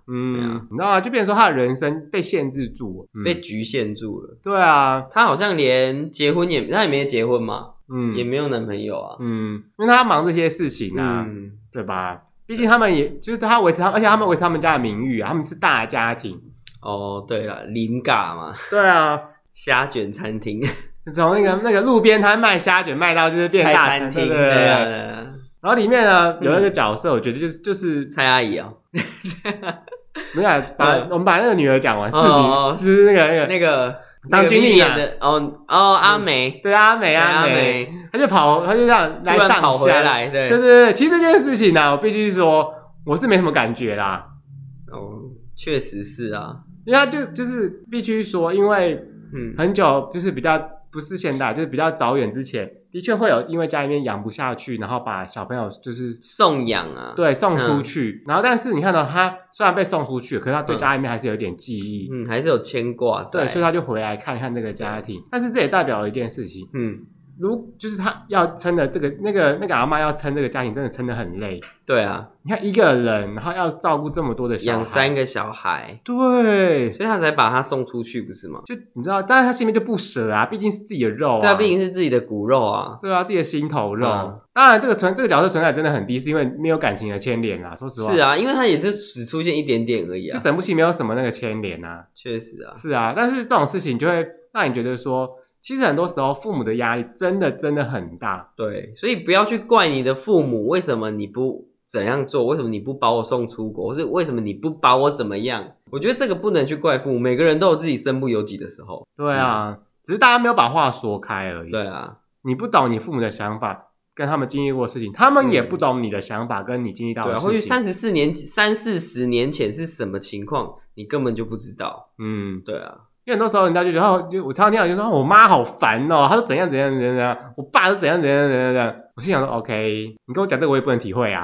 [SPEAKER 1] 嗯，你知道吗？就变成说她的人生被限制住了，嗯
[SPEAKER 2] 被局限住了。
[SPEAKER 1] 对啊，
[SPEAKER 2] 她好像连结婚也，她也没结婚嘛，
[SPEAKER 1] 嗯，
[SPEAKER 2] 也没有男朋友啊。
[SPEAKER 1] 嗯，因为他忙这些事情啊，
[SPEAKER 2] 嗯，
[SPEAKER 1] 对吧？毕竟他们也就是他维持他，而且他们维持他们家的名誉啊，他们是大家庭。
[SPEAKER 2] 哦，对了，林嘎嘛，
[SPEAKER 1] 对啊，
[SPEAKER 2] 虾卷餐厅
[SPEAKER 1] 从那个那个路边摊卖虾卷卖到就是变
[SPEAKER 2] 开
[SPEAKER 1] 大
[SPEAKER 2] 餐厅，
[SPEAKER 1] 对对
[SPEAKER 2] 对
[SPEAKER 1] 对
[SPEAKER 2] 啊，
[SPEAKER 1] 对
[SPEAKER 2] 对啊
[SPEAKER 1] 然后里面呢
[SPEAKER 2] 嗯
[SPEAKER 1] 有一个角色，我觉得就是就是
[SPEAKER 2] 蔡阿姨哦，
[SPEAKER 1] 没有把啊
[SPEAKER 2] 嗯
[SPEAKER 1] 我们把那个女儿讲完，是
[SPEAKER 2] 呃哦哦
[SPEAKER 1] 你是那个那个
[SPEAKER 2] 那个
[SPEAKER 1] 张钧甯
[SPEAKER 2] 演
[SPEAKER 1] 啊，
[SPEAKER 2] 的哦哦阿梅，
[SPEAKER 1] 对阿美
[SPEAKER 2] 阿
[SPEAKER 1] 阿美，
[SPEAKER 2] 梅
[SPEAKER 1] 他就跑，他就这样
[SPEAKER 2] 啊突
[SPEAKER 1] 来
[SPEAKER 2] 然
[SPEAKER 1] 上
[SPEAKER 2] 跑回
[SPEAKER 1] 香，
[SPEAKER 2] 来，对
[SPEAKER 1] 对对对，其实这件事情呢、我必须说，我是没什么感觉啦，
[SPEAKER 2] 哦，确实是啊，
[SPEAKER 1] 因为他就就是必须说，因为
[SPEAKER 2] 嗯，
[SPEAKER 1] 很久就是比较不是现代，就是比较早远之前，的确会有因为家里面养不下去，然后把小朋友就是
[SPEAKER 2] 送养啊，，
[SPEAKER 1] 对送出去，
[SPEAKER 2] 嗯
[SPEAKER 1] 然后但是你看到他虽然被送出去，可是他对家里面还是有点记忆，
[SPEAKER 2] 嗯，还是有牵挂在，
[SPEAKER 1] 对，所以他就回来看看这个家庭，但是这也代表了一件事情。
[SPEAKER 2] 嗯，
[SPEAKER 1] 如就是他要撑的这个那个那个阿妈要撑这个家庭，真的撑的很累。
[SPEAKER 2] 对啊，
[SPEAKER 1] 你看一个人，然后要照顾这么多的小孩，
[SPEAKER 2] 养三个小孩，
[SPEAKER 1] 对，
[SPEAKER 2] 所以他才把他送出去，不是吗？
[SPEAKER 1] 就你知道，但是他心里面就不舍啊，毕竟是自己的肉啊，
[SPEAKER 2] 对啊，毕竟是自己的骨肉啊，
[SPEAKER 1] 对啊，自己的心头肉。
[SPEAKER 2] 嗯
[SPEAKER 1] 当然，这个存这个角色存在真的很低，是因为没有感情的牵连啊。说实话，
[SPEAKER 2] 是，啊，因为他也是只出现一点点而已
[SPEAKER 1] 就
[SPEAKER 2] 啊，
[SPEAKER 1] 整部戏没有什么那个牵连啊。
[SPEAKER 2] 确实啊，
[SPEAKER 1] 是啊，但是这种事情就会让你觉得说，其实很多时候父母的压力真的真的很大。
[SPEAKER 2] 对，所以不要去怪你的父母，为什么你不怎样做？为什么你不把我送出国？或是为什么你不把我怎么样？我觉得这个不能去怪父母，每个人都有自己身不由己的时候。
[SPEAKER 1] 对啊，
[SPEAKER 2] 嗯
[SPEAKER 1] 只是大家没有把话说开而已。
[SPEAKER 2] 对，啊，
[SPEAKER 1] 你不懂你父母的想法，跟他们经历过的事情，他们也
[SPEAKER 2] 嗯
[SPEAKER 1] 不懂你的想法跟你经历到
[SPEAKER 2] 对
[SPEAKER 1] 的
[SPEAKER 2] 啊，
[SPEAKER 1] 事
[SPEAKER 2] 或许
[SPEAKER 1] 情。
[SPEAKER 2] 三十四年、三四十年前是什么情况，你根本就不知道。
[SPEAKER 1] 嗯，
[SPEAKER 2] 对啊，
[SPEAKER 1] 因为很多时候人家就觉得，哦就我常常听到就说，哦我妈好烦哦，她说怎样怎样怎样怎样，我爸是怎样怎样怎样怎样。我心想说，OK，你跟我讲这个我也不能体会啊。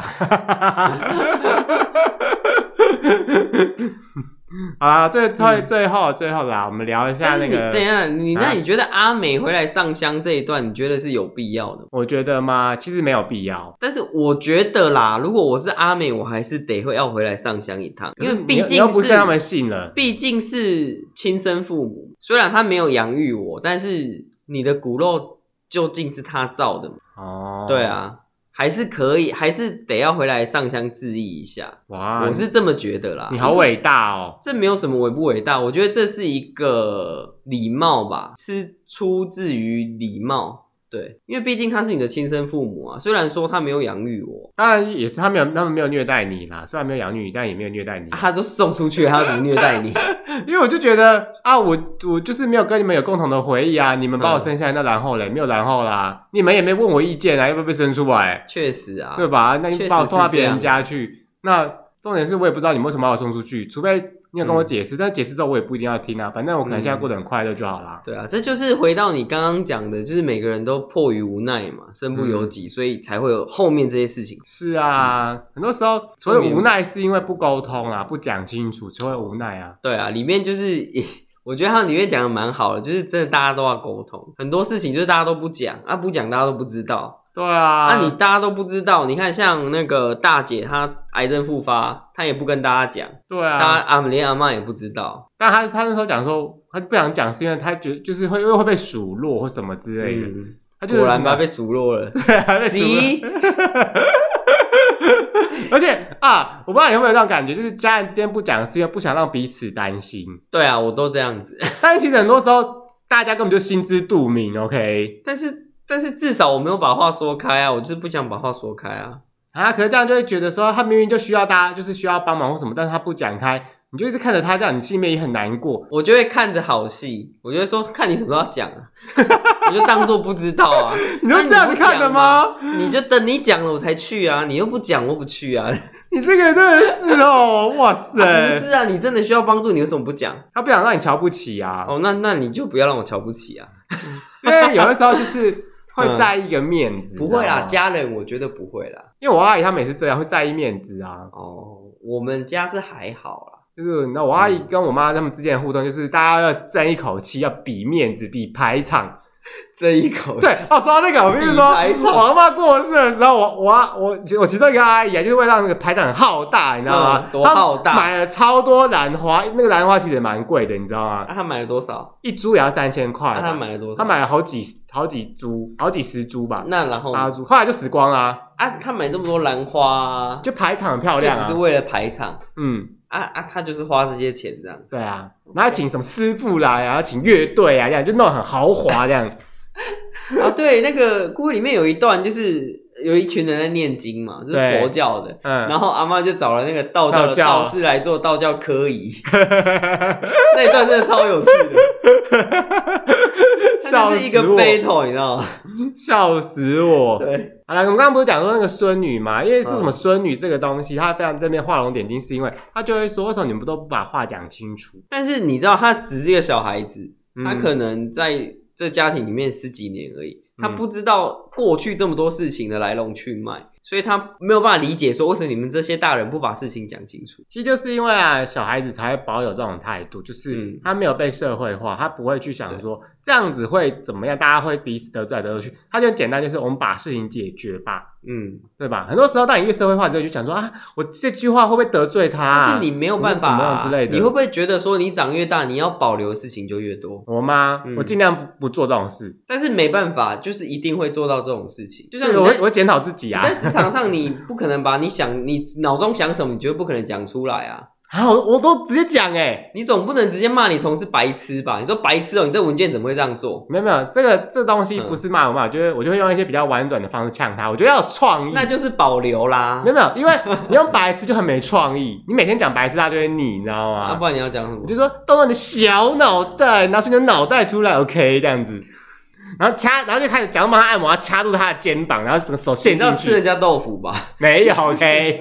[SPEAKER 1] 好啦，最最
[SPEAKER 2] 嗯
[SPEAKER 1] 最后最后啦，我们聊一下
[SPEAKER 2] 但
[SPEAKER 1] 那
[SPEAKER 2] 是你等一
[SPEAKER 1] 个，
[SPEAKER 2] 下，你那
[SPEAKER 1] 啊
[SPEAKER 2] 你觉得阿美回来上香这一段，你觉得是有必要的吗？
[SPEAKER 1] 我觉得嘛，其实没有必要，
[SPEAKER 2] 但是我觉得啦，如果我是阿美，我还是得会要回来上香一趟，因
[SPEAKER 1] 可
[SPEAKER 2] 为
[SPEAKER 1] 是你
[SPEAKER 2] 毕
[SPEAKER 1] 又你
[SPEAKER 2] 竟
[SPEAKER 1] 又不是被他们信了，
[SPEAKER 2] 毕竟是亲生父母，虽然他没有养育我，但是你的骨肉究竟是他造的嘛？
[SPEAKER 1] 哦，
[SPEAKER 2] 对，啊，还是可以，还是得要回来上香致意一下。
[SPEAKER 1] 哇，
[SPEAKER 2] 我是这么觉得啦。
[SPEAKER 1] 你好伟大哦，
[SPEAKER 2] 这没有什么伟不伟大，我觉得这是一个礼貌吧，是出自于礼貌。对，因为毕竟他是你的亲生父母啊，虽然说他没有养育我，
[SPEAKER 1] 当然也是他没有，他们没有虐待你啦，虽然没有养育你，但也没有虐待你
[SPEAKER 2] 啊。他都送出去了，他要怎么虐待你？
[SPEAKER 1] 因为我就觉得啊，我我就是没有跟你们有共同的回忆啊，你们把我生下来，那然后嘞，没有然后啦，你们也没问我意见啊，要不要被生出来，
[SPEAKER 2] 确实啊，
[SPEAKER 1] 对吧？那
[SPEAKER 2] 确
[SPEAKER 1] 你
[SPEAKER 2] 实
[SPEAKER 1] 把我送到
[SPEAKER 2] 是这
[SPEAKER 1] 别
[SPEAKER 2] 样
[SPEAKER 1] 人家去，那重点是我也不知道你们为什么把我送出去，除非你有跟我
[SPEAKER 2] 嗯
[SPEAKER 1] 解释，但解释之后我也不一定要听啊，反正我可能现在过得很快乐就好啦。
[SPEAKER 2] 对啊，这就是回到你刚刚讲的，就是每个人都迫于无奈嘛，身不由己，所以才会有后面这些事情。
[SPEAKER 1] 是啊，很多时
[SPEAKER 2] 嗯
[SPEAKER 1] 候所谓无奈是因为不沟通啊，不讲清楚，所谓无奈啊。
[SPEAKER 2] 对啊，里面就是 我觉得他里面讲的蛮好的，就是真的大家都要沟通，很多事情就是大家都不讲啊，不讲大家都不知道。
[SPEAKER 1] 对啊，
[SPEAKER 2] 啊，你大家都不知道，你看像那个大姐她癌症复发，她也不跟大家讲，
[SPEAKER 1] 对
[SPEAKER 2] 大
[SPEAKER 1] 啊，
[SPEAKER 2] 家阿连阿妈也不知道。
[SPEAKER 1] 但他他那时候讲说，他不想讲，是因为他觉得就是会又会被数落或什么之类的。
[SPEAKER 2] 嗯，
[SPEAKER 1] 他就是
[SPEAKER 2] 果然吧，被数 落了。
[SPEAKER 1] 他被数落。
[SPEAKER 2] See？
[SPEAKER 1] 而且啊，我不知道你有没有那种感觉，就是家人之间不讲，是因为不想让彼此担心。
[SPEAKER 2] 对啊，我都这样子。
[SPEAKER 1] 但其实很多时候，大家根本就心知肚明。OK
[SPEAKER 2] 但是但是至少我没有把话说开啊，我就是不想把话说开啊。
[SPEAKER 1] 啊，可是这样就会觉得说，他明明就需要大家，就是需要帮忙或什么，但是他不讲开，你就一直看着他这样，你心里面也很难过。
[SPEAKER 2] 我就会看着好戏，我就会说看你什么时候要讲啊， 我就当做不知道啊。
[SPEAKER 1] 你就这样子看的吗？
[SPEAKER 2] 你就等你讲了我才去啊，你又不讲我不去啊。
[SPEAKER 1] 你这个人真的是哦，哇塞！
[SPEAKER 2] 不是 啊，你真的需要帮助，你为什么不讲？
[SPEAKER 1] 他不想让你瞧不起啊。
[SPEAKER 2] 哦，那那你就不要让我瞧不起啊。
[SPEAKER 1] 因为有的时候就是会在意一个面子，
[SPEAKER 2] 嗯不会啦，
[SPEAKER 1] 你知道吗
[SPEAKER 2] 家人我觉得不会啦。
[SPEAKER 1] 因为我阿姨他们也是这样，会在意面子啊。
[SPEAKER 2] 哦，我们家是还好啦。
[SPEAKER 1] 就是那我阿
[SPEAKER 2] 嗯
[SPEAKER 1] 姨跟我妈他们之间的互动，就是大家要争一口气，要比面子，比排场。
[SPEAKER 2] 这一口啊
[SPEAKER 1] 对，哦，说到那个，我跟你说
[SPEAKER 2] 比排，场
[SPEAKER 1] 我阿妈过世的时候，我我阿我我其中一个阿姨啊，就是为了让那个排场很浩大，你知道吗
[SPEAKER 2] 嗯？多浩大
[SPEAKER 1] 她买了超多兰花，那个兰花其实也蛮贵的，你知道吗？
[SPEAKER 2] 那、他买了多少？
[SPEAKER 1] 一株也要三千块
[SPEAKER 2] 嗯那、他
[SPEAKER 1] 吧，
[SPEAKER 2] 买了多少？嗯
[SPEAKER 1] 她买了好几好几株，好几十株吧，
[SPEAKER 2] 那然后
[SPEAKER 1] 八
[SPEAKER 2] 呢
[SPEAKER 1] 株，后来就死光啦，
[SPEAKER 2] 啊，他买这么多兰花、啊，
[SPEAKER 1] 就排场很漂
[SPEAKER 2] 就
[SPEAKER 1] 亮
[SPEAKER 2] 只
[SPEAKER 1] 啊
[SPEAKER 2] 是。为了排场
[SPEAKER 1] 嗯，
[SPEAKER 2] 啊啊，他就是花这些钱 这样子。
[SPEAKER 1] 对啊，然后请什么师傅啦，然后请乐队啊，这样就弄得很豪华 这样。
[SPEAKER 2] 啊，对，那个故事里面有一段就是有一群人在念经嘛，就是
[SPEAKER 1] 对
[SPEAKER 2] 佛教的，
[SPEAKER 1] 嗯，
[SPEAKER 2] 然后阿妈就找了那个道教
[SPEAKER 1] 道
[SPEAKER 2] 的
[SPEAKER 1] 教
[SPEAKER 2] 道士来做道教科仪，那一段真的超有趣的。这就是一个
[SPEAKER 1] 笑死我
[SPEAKER 2] battle，你知道吗？
[SPEAKER 1] 笑死我！
[SPEAKER 2] 对，
[SPEAKER 1] 好了，我们刚刚不是讲说那个孙女嘛？因为是什么
[SPEAKER 2] 嗯
[SPEAKER 1] 孙女这个东西，他非常这边画龙点睛，是因为他就会说，为什么你们都不把话讲清楚？
[SPEAKER 2] 但是你知道，他只是一个小孩子，
[SPEAKER 1] 嗯
[SPEAKER 2] 他可能在这家庭里面十几年而已，
[SPEAKER 1] 嗯
[SPEAKER 2] 他不知道过去这么多事情的来龙去脉，所以他没有办法理解说为什么你们这些大人不把事情讲清楚。
[SPEAKER 1] 其实就是因为啊，小孩子才会保有这种态度，就是
[SPEAKER 2] 嗯
[SPEAKER 1] 他没有被社会化，他不会去想说这样子会怎么样，大家会彼此得罪来得去。他就简单就是我们把事情解决吧，
[SPEAKER 2] 嗯，
[SPEAKER 1] 对吧？很多时候，当你越社会化之后，你就想说啊，我这句话会不会得罪他、
[SPEAKER 2] 但是你没有办法、
[SPEAKER 1] 啊我们怎么样之类的
[SPEAKER 2] 你会不会觉得说你长越大，你要保留的事情就越多？
[SPEAKER 1] 我妈，
[SPEAKER 2] 嗯
[SPEAKER 1] 我尽量不不做这种事，
[SPEAKER 2] 但是没办法，就是一定会做到这种事情。就像
[SPEAKER 1] 所以
[SPEAKER 2] 你
[SPEAKER 1] 我
[SPEAKER 2] 在
[SPEAKER 1] 会我会检讨自己啊
[SPEAKER 2] 你。 在职场上，你不可能把你想你脑中想什么，你绝对不可能讲出来啊！
[SPEAKER 1] 啊，我我都直接讲哎、
[SPEAKER 2] 你总不能直接骂你同事白痴吧？你说白痴哦、你这文件怎么会这样做？
[SPEAKER 1] 没有没有，这个这东
[SPEAKER 2] 嗯
[SPEAKER 1] 西不是骂我骂，我觉得我就会用一些比较婉转的方式呛他。我觉得要有创意，
[SPEAKER 2] 嗯那就是保留啦
[SPEAKER 1] 没有，没有，因为你用白痴就很没创意，你每天讲白痴，他就会腻，你知道
[SPEAKER 2] 啊，
[SPEAKER 1] 吗
[SPEAKER 2] 不？然你要讲什么
[SPEAKER 1] 我就？说动动你的小脑袋，拿出你的脑袋出来，OK，这样子，然后掐，然后就开始假装帮他按摩，然后掐住他的肩膀，然后什么手
[SPEAKER 2] 你
[SPEAKER 1] 陷
[SPEAKER 2] 知道
[SPEAKER 1] 进
[SPEAKER 2] 吃
[SPEAKER 1] 去，
[SPEAKER 2] 人家豆腐吧？
[SPEAKER 1] 没有 OK。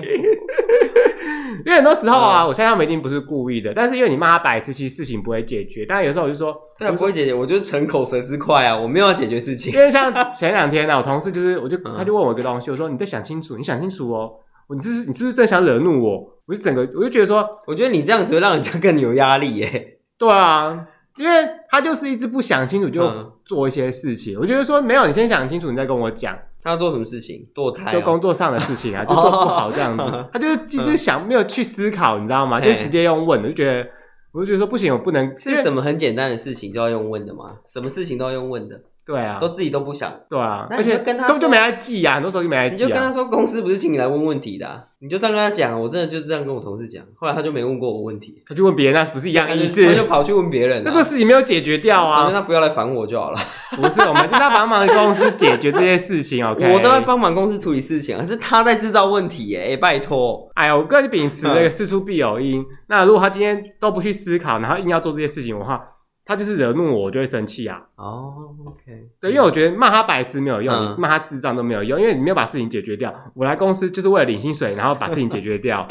[SPEAKER 1] 因为很多时候啊，我相信他们一定不是故意的，但是因为你骂他白痴，其实事情不会解决。但有时候我就 说，
[SPEAKER 2] 对啊，不会解决，我就是逞口舌之快啊，我没有要解决事情
[SPEAKER 1] 因。为像前两天呢、啊我同事就是，我就
[SPEAKER 2] 嗯
[SPEAKER 1] 他就问我一个东西，我说你再想清楚，你想清楚哦，我你是不是你是不是真的想惹怒我？我就整个我就觉得说，
[SPEAKER 2] 我觉得你这样只会让人家更有压力耶。
[SPEAKER 1] 对啊，因为他就是一直不想清楚就
[SPEAKER 2] 嗯
[SPEAKER 1] 做一些事情，我觉得说没有，你先想清楚，你再跟我讲，
[SPEAKER 2] 他要做什么事情？堕胎、
[SPEAKER 1] 就
[SPEAKER 2] 哦？
[SPEAKER 1] 工作上的事情啊，就做不好这样子
[SPEAKER 2] 哦，
[SPEAKER 1] 他就是一直想没有去思考，你知道吗？就
[SPEAKER 2] 嘿
[SPEAKER 1] 直接用问的，我就觉得我就觉得说不行，我不能
[SPEAKER 2] 是什
[SPEAKER 1] 么？
[SPEAKER 2] 么很简单的事情就要用问的吗？什么事情都要用问的，
[SPEAKER 1] 对啊
[SPEAKER 2] 都，自己都不想。
[SPEAKER 1] 对啊，
[SPEAKER 2] 那
[SPEAKER 1] 而
[SPEAKER 2] 你就
[SPEAKER 1] 且
[SPEAKER 2] 跟
[SPEAKER 1] 根
[SPEAKER 2] 他
[SPEAKER 1] 本就
[SPEAKER 2] 说
[SPEAKER 1] 没来记啊，很多时候就没来
[SPEAKER 2] 你
[SPEAKER 1] 记
[SPEAKER 2] 就跟他
[SPEAKER 1] 啊，
[SPEAKER 2] 说，公司不是请你来问问题的啊、你就这样跟他讲。我真的就这样跟我同事讲，后来他就没问过我问题，
[SPEAKER 1] 他就问别人，那不是一样
[SPEAKER 2] 他
[SPEAKER 1] 的
[SPEAKER 2] 就
[SPEAKER 1] 意思
[SPEAKER 2] 他？就跑去问别人、啊。
[SPEAKER 1] 那这个事情没有解决掉啊
[SPEAKER 2] 反正，他不要来烦我就好了。
[SPEAKER 1] 不是，我们就是要帮忙公司解决这些事情。OK，
[SPEAKER 2] 我都在。帮忙公司处理事情啊，是他在制造问题耶、哎拜托，
[SPEAKER 1] 哎呀，我个人秉持这个事出必有因。那如果他今天都不去思考，然后硬要做这些事情的话，他就是惹怒我，我就会生气啊。
[SPEAKER 2] 哦，OK，
[SPEAKER 1] 对，因为我觉得骂他白痴没有用，
[SPEAKER 2] 嗯
[SPEAKER 1] 你骂他智障都没有用，因为你没有把事情解决掉。我来公司就是为了领薪水，然后把事情解决 掉。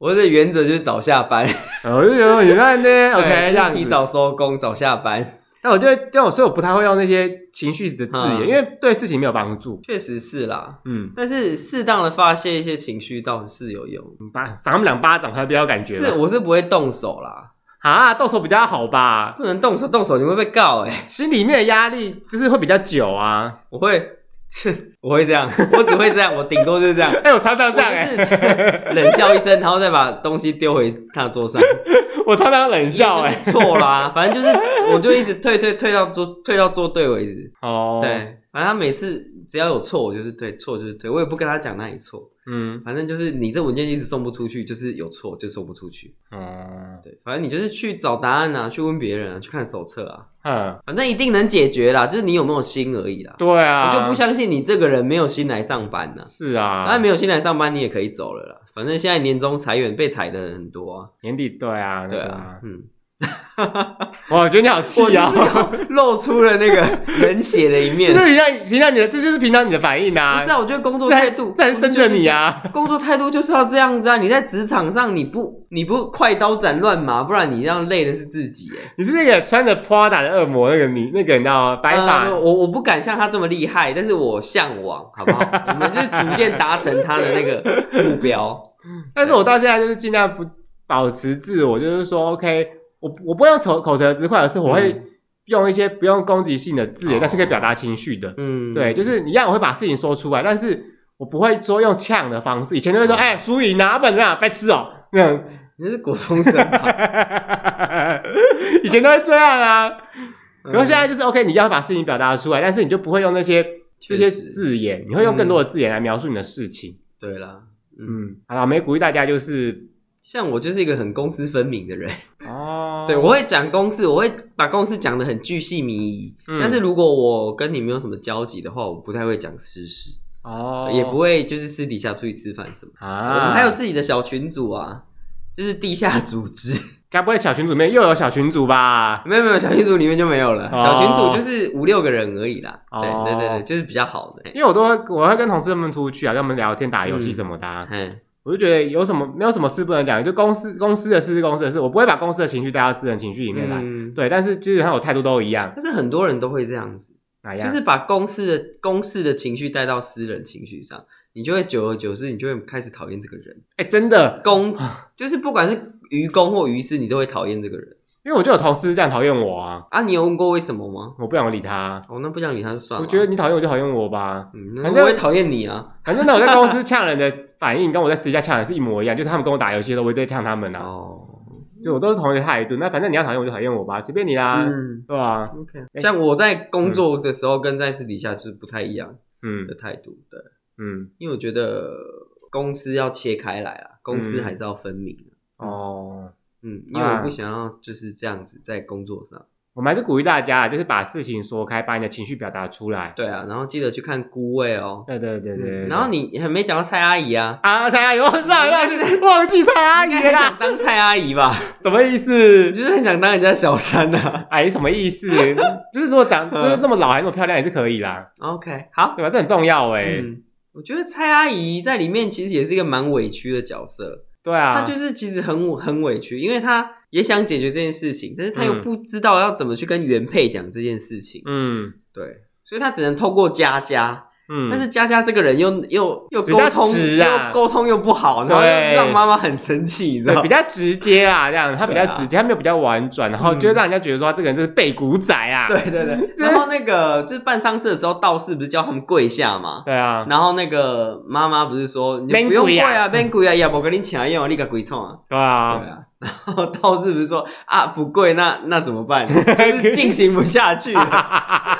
[SPEAKER 2] 我的原则就是早下 班
[SPEAKER 1] 呃我就觉得你看呢，OK，
[SPEAKER 2] 对
[SPEAKER 1] 这样
[SPEAKER 2] 就是提
[SPEAKER 1] 子。
[SPEAKER 2] 早收工，早下班，
[SPEAKER 1] 但我就会，但我所以我不太会用那些情绪的字眼，
[SPEAKER 2] 嗯
[SPEAKER 1] 因为对事情没有帮助。
[SPEAKER 2] 确实是啦。
[SPEAKER 1] 嗯，
[SPEAKER 2] 但是适当的发泄一些情绪倒是有用，
[SPEAKER 1] 巴赏他们两巴掌才比较有感觉吧。
[SPEAKER 2] 是我是不会动手啦，
[SPEAKER 1] 啊，到时候比较好吧。
[SPEAKER 2] 不能动手，动手你会被告哎、
[SPEAKER 1] 心里面的压力就是会比较久啊。
[SPEAKER 2] 我会，是我会这样， 我只会这样，我顶多就是这样，
[SPEAKER 1] 哎、我常常这样哎、
[SPEAKER 2] 我就是 冷笑一声，然后再把东西丢回他 的桌上，
[SPEAKER 1] 欸我常常冷笑哎、
[SPEAKER 2] 就是错啦，反正就是我就一直退退退到桌退到桌对为止。
[SPEAKER 1] 哦，
[SPEAKER 2] 对，，反正他每次只要有错，我就是对，错就是对，我也不跟他讲哪里错，
[SPEAKER 1] 嗯，
[SPEAKER 2] 反正就是你这文件一直送不出去，就是有错就送不出去。
[SPEAKER 1] 哦，
[SPEAKER 2] 对，反正你就是去找答案啊，去问别人啊，去看手册啊，
[SPEAKER 1] 嗯，
[SPEAKER 2] 反正一定能解决啦，就是你有没有心而已啦。
[SPEAKER 1] 对啊，
[SPEAKER 2] 我就不相信你这个人没有心来上班呢、
[SPEAKER 1] 是啊，
[SPEAKER 2] 那、没有心来上班，你也可以走了啦。反正现在年终裁员被裁的人很多啊，
[SPEAKER 1] 年底对啊，
[SPEAKER 2] 对
[SPEAKER 1] 那个
[SPEAKER 2] 啊，，嗯，
[SPEAKER 1] 哇我觉得你好
[SPEAKER 2] 我
[SPEAKER 1] 气啊。
[SPEAKER 2] 就是有 露出了那个冷血的一 面
[SPEAKER 1] 这。是平常平常你的，这就是平常你的反应啊！
[SPEAKER 2] 不是啊，我觉得工作
[SPEAKER 1] 这还
[SPEAKER 2] 态度，
[SPEAKER 1] 这还是真的你
[SPEAKER 2] 啊。
[SPEAKER 1] 啊！
[SPEAKER 2] 工作态度就是要这样子啊！你在职场上你不你不快刀斩乱麻，不然你这样累的是自己耶。
[SPEAKER 1] 你是那个穿着 Prada 的恶魔那个女，那个你知道吗？白发、
[SPEAKER 2] 呃我我不敢像他这么厉害，但是我向往，好不好？ 我们就是逐渐达成他的那个目标。
[SPEAKER 1] 但是我到现在就是尽量不保持自我，就是说，OK，我我不会用口口舌之快，而是我会用一些不用攻击性的字眼，
[SPEAKER 2] 哦
[SPEAKER 1] 但是可以表达情绪的。
[SPEAKER 2] 嗯，
[SPEAKER 1] 对，就是一样，我会把事情说出来，但是我不会说用呛的方式。以前都会说，
[SPEAKER 2] 哦
[SPEAKER 1] 哎，输赢啊，不然啊，白痴哦，那样。
[SPEAKER 2] 你那是国中生吧？
[SPEAKER 1] 以前都会这样啊，
[SPEAKER 2] 嗯
[SPEAKER 1] 然后现在就是 OK，你要把事情表达出来，但是你就不会用那些这些
[SPEAKER 2] 确实嗯
[SPEAKER 1] 字眼，你会用更多的字眼来描述你的事情。
[SPEAKER 2] 对啦，
[SPEAKER 1] 嗯，好了，没鼓励大家就是
[SPEAKER 2] 像我就是一个很公私分明的人。
[SPEAKER 1] 哦，
[SPEAKER 2] 对，我会讲公式，我会把公式讲的很巨细靡遗。
[SPEAKER 1] 嗯
[SPEAKER 2] 但是如果我跟你没有什么交集的话，我不太会讲私事，
[SPEAKER 1] 哦，
[SPEAKER 2] 也不会就是私底下出去吃饭什么的。
[SPEAKER 1] 啊，
[SPEAKER 2] 我们还有自己的小群组啊，就是地下组织。
[SPEAKER 1] 该不会小群组里面又有小群组吧？
[SPEAKER 2] 没有没有，小群组里面就没有了，
[SPEAKER 1] 哦
[SPEAKER 2] 小群组就是五六个人而已啦。
[SPEAKER 1] 哦
[SPEAKER 2] 对对对对，就是比较好的。
[SPEAKER 1] 因为我都会我会跟同事们出去啊，跟他们聊天、打游戏什么的、啊，
[SPEAKER 2] 嗯，
[SPEAKER 1] 我就觉得有什么没有什么事不能讲，就公司公司的事是公司的事，我不会把公司的情绪带到私人情绪里面来。
[SPEAKER 2] 嗯，
[SPEAKER 1] 对，但是基本上我态度都一样，
[SPEAKER 2] 但是很多人都会这样子，
[SPEAKER 1] 哪样？
[SPEAKER 2] 就是把公司的公司的情绪带到私人情绪上，你就会久而久之，你就会开始讨厌这个人。
[SPEAKER 1] 哎、真的，
[SPEAKER 2] 公
[SPEAKER 1] 啊
[SPEAKER 2] 就是不管是愚公或愚私，你都会讨厌这个人
[SPEAKER 1] 因为我就有同事这样讨厌我啊，
[SPEAKER 2] 啊。你有问过为什么吗？
[SPEAKER 1] 我不想理他。啊
[SPEAKER 2] 哦，那不想理他就算了。
[SPEAKER 1] 我觉得，你讨厌我就讨厌我吧，
[SPEAKER 2] 嗯，那
[SPEAKER 1] 反
[SPEAKER 2] 我
[SPEAKER 1] 正
[SPEAKER 2] 也讨厌你啊。
[SPEAKER 1] 反正呢，我在公司呛人的反应跟我在私底下呛人是一模一样，就是他们跟我打游戏的时候，我也在呛他们啊，
[SPEAKER 2] 哦，
[SPEAKER 1] 就我都是同一个态度。那反正你要讨厌我就讨厌我吧，随便你啦、
[SPEAKER 2] 嗯
[SPEAKER 1] 对吧？
[SPEAKER 2] ，OK。
[SPEAKER 1] 哎
[SPEAKER 2] 像我在工作的时候跟在私底下就是不太一样
[SPEAKER 1] 嗯
[SPEAKER 2] 的态度，对。
[SPEAKER 1] 嗯，
[SPEAKER 2] 因为我觉得公司要切开来啦，公司还是要分明的。
[SPEAKER 1] 哦，
[SPEAKER 2] 嗯，因为我不想要就是这样子在工作上。
[SPEAKER 1] 我们还是鼓励大家，就是把事情说开，把你的情绪表达出来。
[SPEAKER 2] 对啊，然后记得去看姑位哦。
[SPEAKER 1] 对对对对对。
[SPEAKER 2] 嗯然后你还没讲到蔡阿姨啊，
[SPEAKER 1] 啊，蔡阿姨，我乱乱 忘记蔡阿姨
[SPEAKER 2] 你应该很
[SPEAKER 1] 啦
[SPEAKER 2] 想，当蔡阿姨吧？
[SPEAKER 1] 什么意
[SPEAKER 2] 你
[SPEAKER 1] 思？
[SPEAKER 2] 就是很想当人家小三啊。
[SPEAKER 1] 哎，什么意 思？就是如果
[SPEAKER 2] 嗯
[SPEAKER 1] 长就是那么老还那么漂亮也是可以啦，
[SPEAKER 2] OK，好。
[SPEAKER 1] 对吧？这很重要哎、
[SPEAKER 2] 嗯，我觉得蔡阿姨在里面其实也是一个蛮委屈的角色，
[SPEAKER 1] 对啊，
[SPEAKER 2] 她就是其实很很委屈，因为她也想解决这件事情，但是她又
[SPEAKER 1] 嗯
[SPEAKER 2] 不知道要怎么去跟原配讲这件事情。
[SPEAKER 1] 嗯
[SPEAKER 2] 对，所以他只能透过佳佳，
[SPEAKER 1] 嗯，
[SPEAKER 2] 但是佳佳这个人又又又
[SPEAKER 1] 比
[SPEAKER 2] 沟
[SPEAKER 1] 较
[SPEAKER 2] 通、
[SPEAKER 1] 直啊
[SPEAKER 2] 又沟通又不好，然后
[SPEAKER 1] 对
[SPEAKER 2] 又让妈妈很生气，你知
[SPEAKER 1] 对
[SPEAKER 2] 道
[SPEAKER 1] 比？较直接啊，这样他比较
[SPEAKER 2] 对啊
[SPEAKER 1] 直接，他没有比较婉转，然后
[SPEAKER 2] 嗯
[SPEAKER 1] 就会让人家觉得说他这个人就是背骨仔啊。
[SPEAKER 2] 对对 对。
[SPEAKER 1] 这
[SPEAKER 2] 然后那个就是办丧事的时候，道士不是叫他们跪下吗？
[SPEAKER 1] 对啊，
[SPEAKER 2] 然后那个妈妈不是说你不用跪啊，别跪啊，要不给你请啊，要我立个鬼冲啊，
[SPEAKER 1] 对
[SPEAKER 2] 对
[SPEAKER 1] 啊，
[SPEAKER 2] 啊。 然后道士不是说啊不跪那那怎 么办？就是进行不下去了。
[SPEAKER 1] 啊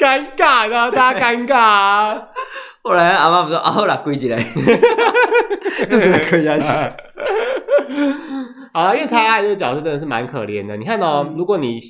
[SPEAKER 1] 尴尬的，大家尴尬啊。
[SPEAKER 2] 后来阿妈不是说啊好啦跪起来，就只能跪下去。
[SPEAKER 1] 好了，因为蔡阿姨这个角色真的是蛮可怜的。你看哦，
[SPEAKER 2] 嗯
[SPEAKER 1] 如果你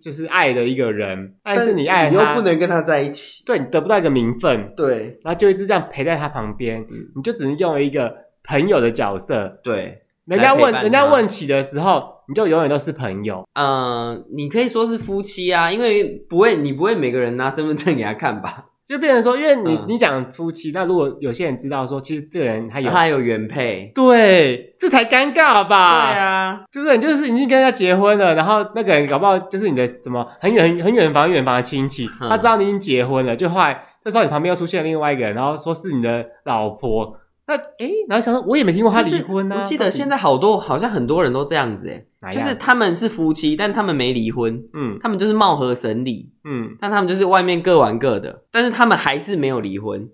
[SPEAKER 1] 就是爱的一个人，但是你爱
[SPEAKER 2] 你又
[SPEAKER 1] 他，
[SPEAKER 2] 不能跟他在一起，
[SPEAKER 1] 对你得不到一个名分，
[SPEAKER 2] 对。
[SPEAKER 1] 然后就一直这样陪在他旁边，
[SPEAKER 2] 嗯
[SPEAKER 1] 你就只能用一个朋友的角色。
[SPEAKER 2] 对，
[SPEAKER 1] 人家问
[SPEAKER 2] 来陪伴他
[SPEAKER 1] 人家问起的时候，你就永远都是朋友。
[SPEAKER 2] 呃，你可以说是夫妻啊，因为不会，你不会每个人拿身份证给他看吧？
[SPEAKER 1] 就变成说，因为你、
[SPEAKER 2] 嗯
[SPEAKER 1] 你讲夫妻，那如果有些人知道说，其实这个人他有、
[SPEAKER 2] 他有原配，
[SPEAKER 1] 对，这才尴尬吧？
[SPEAKER 2] 对，啊，
[SPEAKER 1] 对不对？你就是已经跟他结婚了，然后那个人搞不好就是你的什么很远很远房很远房的亲戚，
[SPEAKER 2] 嗯
[SPEAKER 1] 他知道你已经结婚了，就后来这时候你旁边又出现另外一个人，然后说是你的老婆，那诶，然后想说我也没听过他
[SPEAKER 2] 就是
[SPEAKER 1] 离婚啊，哎
[SPEAKER 2] 我记得现在好多好像很多人都这样子、欸，
[SPEAKER 1] 在
[SPEAKER 2] 就是他们是夫妻，但他们没离婚，
[SPEAKER 1] 嗯
[SPEAKER 2] 他们就是貌合神离，
[SPEAKER 1] 嗯，
[SPEAKER 2] 但他们就是外面各玩各的，但是他们还是没有离婚。